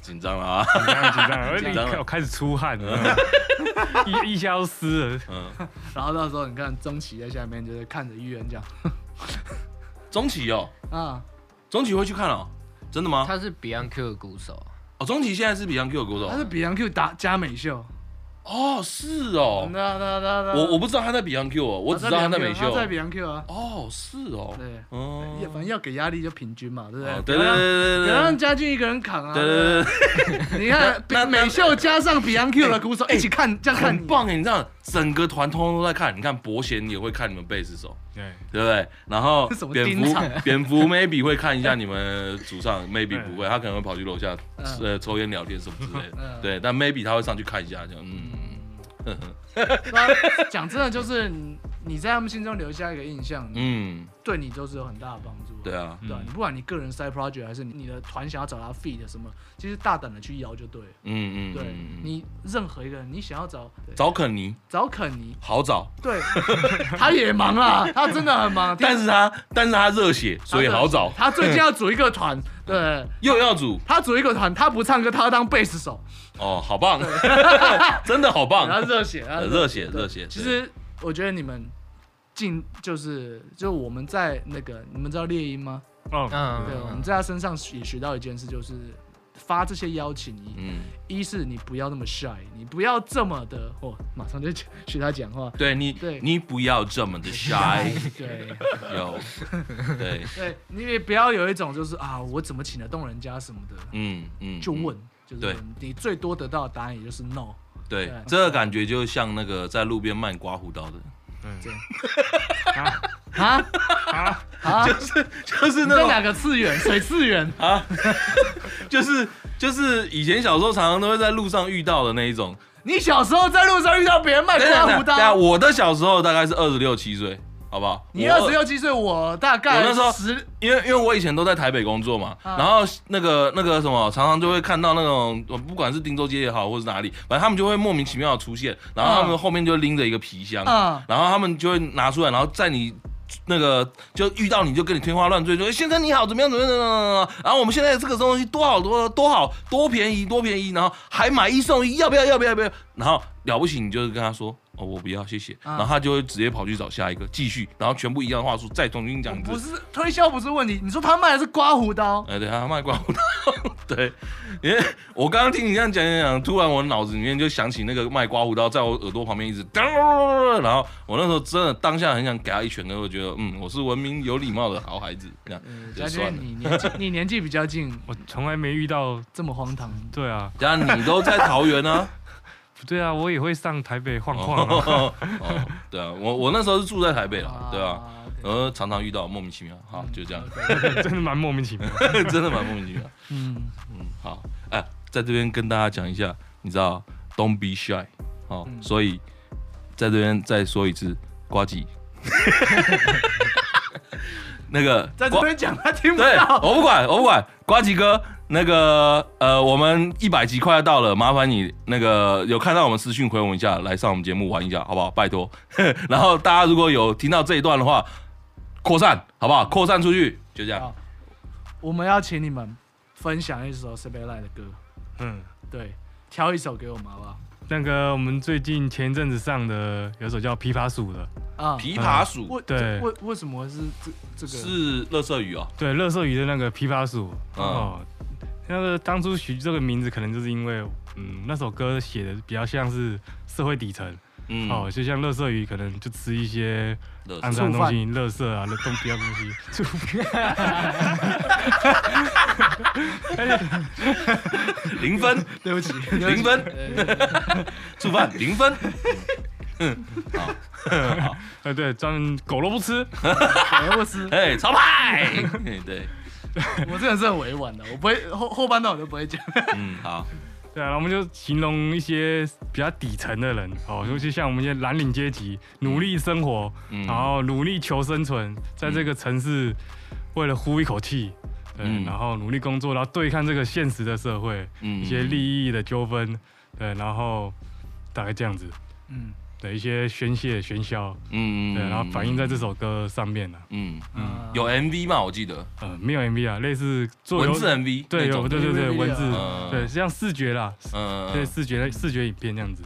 A: 紧张了啊，
C: 紧张紧张，我
A: 紧张了
C: 一我开始出汗，你知 道吗一一下都湿了。
A: 嗯，
B: 然后到时候你看钟琦在下面就是看着玉恩讲
A: 中企哦，
B: 啊，
A: 中企会去看哦，真的吗？
D: 他是 Beyond Q 的鼓手，
A: 哦，中企现在是 Beyond Q 的歌手
B: 他，是比洋 Q 打加美秀，
A: 哦，是
B: 我
A: 哦，我我
B: 我
A: 不知道他在 Beyond Q 哦，我只知道他在美秀
B: 他，在比洋 Q 啊，
A: 哦，是哦，
B: 对，
A: 哦，
B: 也反正要给压力就平均嘛，对不
A: 哦
B: 对？
A: 对对对
B: 不
A: 对
B: 要让
A: 对。
B: 家俊一个人扛啊！
A: 对对对对，
B: 对，你看
A: 那那
B: 美秀加上 Beyond Q 的鼓手一起看，这样看
A: 很
B: 你，
A: 棒哎！你知道，整个团通通都在看。你看伯贤也会看你们贝斯手，
C: 对，
A: 对不对？然后
B: 什么
A: 蝙
B: 盯
A: 蝠
B: 场
A: 蝙蝠 maybe 会看一下你们主 唱，maybe
C: 对
A: 不会，他可能会跑去楼下
B: 嗯
A: 呃抽烟聊天什么之 类的
B: 嗯。
A: 对，但 maybe 他会上去看一下，就嗯，
B: 那讲真的，就是你你在他们心中留下一个印象，
A: 嗯，
B: 对你都是有很大的帮助。
A: 对啊，
B: 对吧，你不管你个人 side project 还是你你的团想要找他 feed 什么，其实大胆的去邀就对了。
A: 嗯嗯，
B: 对
A: 嗯嗯
B: 你任何一个人，你想要找对
A: 找肯尼
B: 找肯 尼，
A: 好找，
B: 对，他也忙啦，他真的很忙，
A: 但是他但是他热血，所以好找，
B: 他最近要组一个团，对
A: 又要组
B: 他组一个团，他不唱歌，他要当贝斯手，
A: 哦，好棒， 真的好 棒，
B: 他热血，他
A: 呃热血热血
B: 对其实我觉得你们进就是就我们在那个，你们知道猎鹰吗？
C: 哦，
B: 对，我们
D: 嗯，
B: 在他身上也学到一件事，就是发这些邀请，你
A: 嗯，
B: 一是你不要那么 shy，你不要这么的，哦，马上就学学他讲 话，
A: 对你
B: 对
A: 你不要这 么的 shy，
B: 对。
A: 有，对，
B: 对，你也不要有一种就是啊，我怎么请得动人家什么的，
A: 嗯嗯，
B: 就
A: 嗯
B: 问，就是
A: 对
B: 问你最多得到的答案也就是 no。
A: 对
B: 对，
A: 这个感觉就像那个在路边卖刮胡 刀的，
B: 啊
C: 啊，
B: 啊，
A: 就是
B: 你
A: 那
B: 这
A: 种，
B: 两个次 元，水次元，
A: 就是就是以前小时候常常都会在路上遇到的那一种。
B: 你小时候在路上遇到别人卖
A: 等一下
B: 刮胡
A: 等一下
B: 刀，
A: 我的小时候大概是二十六七岁，好不好？
B: 你
A: 我
B: 二十，六七岁，我大概
A: 我那时候
B: 十，
A: 因为因为我以前都在台北工作嘛，
B: 啊
A: 然后那个那个什么，常常就会看到那种，不管是汀州街也好，或是哪里，反正他们就会莫名其妙的出现，然后他们
B: 啊
A: 后面就拎着一个皮箱，
B: 啊
A: 然后他们就会拿出来，然后在你那个就遇到你就跟你天花乱坠，说哎先生你好，怎么样怎么样怎么样怎么样，然后我们现在这个东西多好多多好多便宜多便宜，然后还买一送一，要不要要不要要不要？然后了不起你就是跟他说。哦，我不要，谢谢。
B: 啊
A: 然后他就会直接跑去找下一个，继续，然后全部一样的话术，再重新讲一次。
B: 不是推销不是问题，你说他卖的是刮胡刀，
A: 哎，对，他卖刮胡刀，对，因为我刚刚听你这样讲讲讲，突然我脑子里面就想起那个卖刮胡刀在我耳朵旁边一直噔，然后我那时候真的当下很想给他一拳，可是我觉得，嗯，我是文明有礼貌的好孩子，这样就
B: 嘉
A: 嗯算
B: 轩
A: 了。
B: 你年纪你年纪比较近，
C: 我从来没遇到，
B: 这么荒唐，
C: 对啊，
A: 加上你都在桃园呢、
C: 不对啊，我也会上台北晃晃啊。
A: 哦，哦对啊，我我那时候是住在台北啦，
B: 啊
A: 对啊，然后常常遇到莫名其妙，好，就这样，
C: 真的蛮莫名其妙。
A: 真的蛮莫名其妙。
B: 嗯，
A: 嗯，好，哎、在这边跟大家讲一下，你知道，Don't be shy，哦，
B: 嗯
A: 所以在这边再说一次，呱唧， 那个
B: 在这
A: 呱
B: 边讲他听不
A: 对，
B: 到，
A: 我不管，我不管，呱唧哥，那个呃，我们一百集快要到了，麻烦你那个有看到我们私讯回我们一下，来上我们节目玩一下，好不好？拜托。 然后大家如果有听到这一段的话，扩散，好不好？扩散出去，就这样
B: 好。我们要请你们分享一首 s e b e l i 的歌，
C: 嗯，
B: 对，挑一首给我们好不好？
C: 那个我们最近前阵子上的有一首叫《琵琶鼠》的，
B: 啊，
A: 琵琶鼠
B: 为
C: 对
B: 为为什么是这这个？
A: 是乐色鱼哦，
C: 对，乐色鱼的那个《琵琶鼠》
A: 嗯
C: 哦。那个当初取这个名字，可能就是因为，嗯，那首歌写的比较像是社会底层，
A: 嗯，呃
C: 哦，就像乐色鱼，可能就吃一些
A: 垃圾
C: 肮脏的东西、乐色啊、东不要东西， 触
A: 零 分，
B: 对不起，
A: 零分，触犯零分。
C: 呃，对，专门狗都不 吃，
B: 哎，我是
A: 哎，超派。哎对，
B: 我这个人是很委婉的，我不会后后半段我都不会讲。
A: 嗯，好，
C: 对啊，然后我们就形容一些比较底层的人，哦，尤其像我们一些蓝领阶级，努力生活，
A: 嗯
C: 然后努力求生存，在这个城市为了呼一口气，对，
A: 嗯
C: 然后努力工作，然后对抗这个现实的社会，
A: 嗯
C: 一些利益的纠纷，对，然后大概这样子，
B: 嗯，
C: 的一些宣泄、喧嚣，
A: 嗯，
C: 对，然后反映在这首歌上面了。
A: 嗯，
B: 嗯，
A: 有 MV 嘛？我记得
C: 呃，没有 MV 啊，类似做
A: 文
C: 游
A: 字 MV
C: 对，
A: 那
C: 有
A: 种
C: 对对对，
B: MV
C: 文字
A: 啊，
C: 对，像视觉啦，
A: 嗯，
C: 对，视觉视觉影片这样子。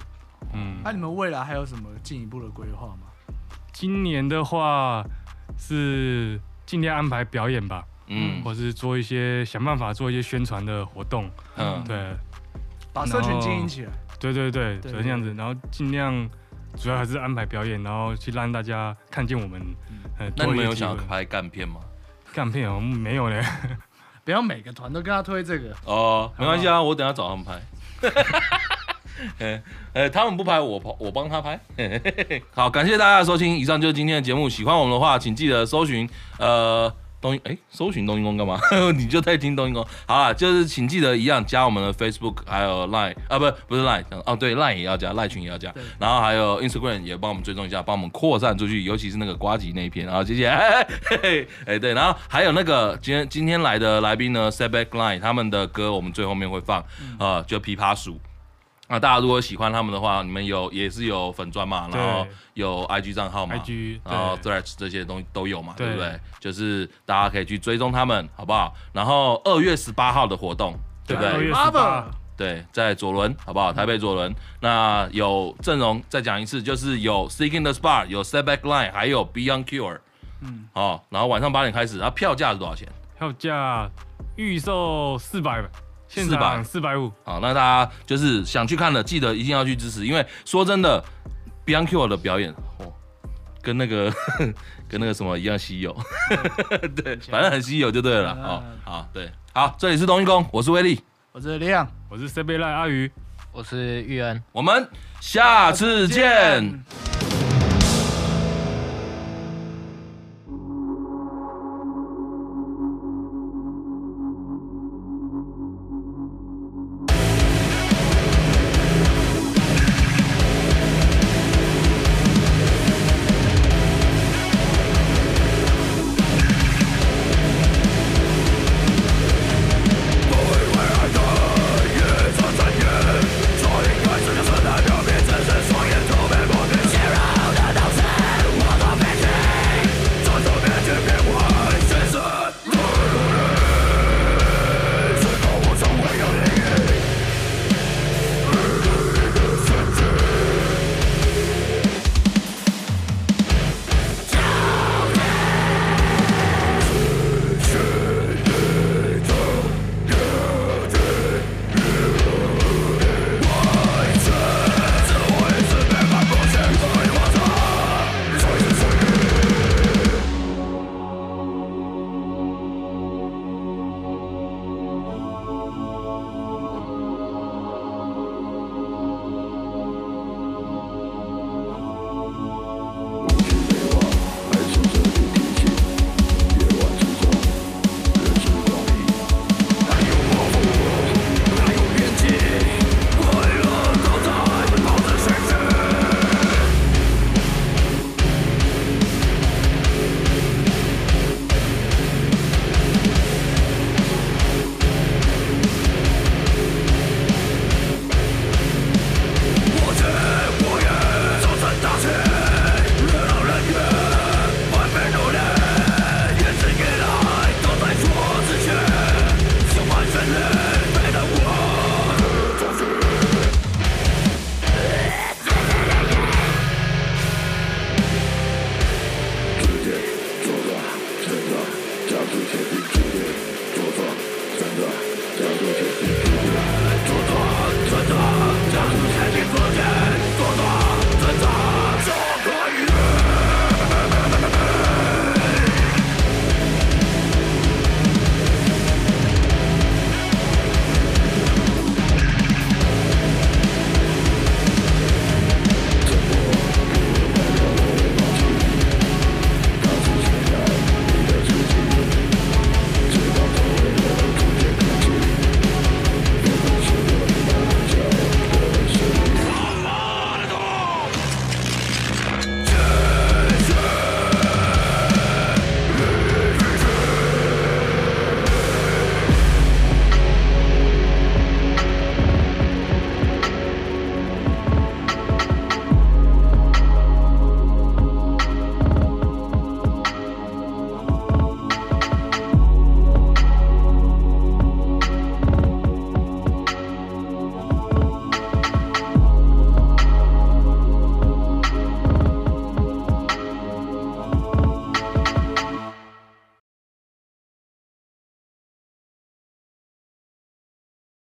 C: 嗯
B: 那、，你们未来还有什么进一步的规划吗？
C: 今年的话是尽量安排表演吧，
A: 嗯
C: 或是做一些想办法做一些宣传的活动。
A: 嗯
C: 对，
B: 把社群经营起来，
C: 对对对，只能这样子，
B: 对
C: 然后尽量。主要还是安排表演，然后去让大家看见我们。呃
A: 嗯那
C: 多
A: 你
C: 一
A: 们
C: 些
A: 有
C: 机
A: 想
C: 会
A: 要拍干片吗？
C: 干片？我们没有嘞。
B: 不要每个团都跟他推这个。
A: 哦，没关系啊，我等下找他们拍。 呃呃，他们不拍，我拍，我帮他拍。好，感谢大家的收听，以上就是今天的节目。喜欢我们的话，请记得搜寻呃东哎、搜寻冬阴功干嘛？ 你就在听冬阴功。好啦，就是请记得一样加我们的 Facebook，还有 Line 啊，不不是 Line 哦，对，Line 也要加，Line 群也要加
B: 对，
A: 然后还有 Instagram 也帮我们追踪一下，帮我们扩散出去，尤其是那个瓜吉那一篇。好，谢谢。 哎、嘿嘿哎对，然后还有那个今天今天来的来宾呢，Setback Line 他们的歌我们最后面会放，呃，就琵琶鼠。那大家如果喜欢他们的话，你们有也是有粉砖嘛，然后
C: 对
A: 有 IG 账 号嘛
C: IG
A: 然后
C: 对
A: Threads 哦这些东西都有嘛，对
C: 对
A: 不对？就是大家可以去追踪他们，好不好？然后二月十八号的活动，对不
C: 二
A: 对？
C: 月
B: Marvel
C: 十八
A: 对，在左轮，好不好？台北左轮，那有阵容再讲一次，就是有 Seeking the Spark，有 Setback Line，还有 Beyond Cure，嗯，哦，然后晚上八点开始，那票价是多少钱？
C: 票价预售四百，现场四百五，
A: 好，那大家就是想去看的，记得一定要去支持，因为说真的，Beyond Q 的表演，哦，跟那个跟那个什么一样稀有， 对，反正很稀有就对了啦。哦，好，对，好，这里是东一公，我是威力，
B: 我是李亮，
C: 我是 C 贝赖阿鱼。
D: 我是玉恩。
A: 我们下次见。
B: 见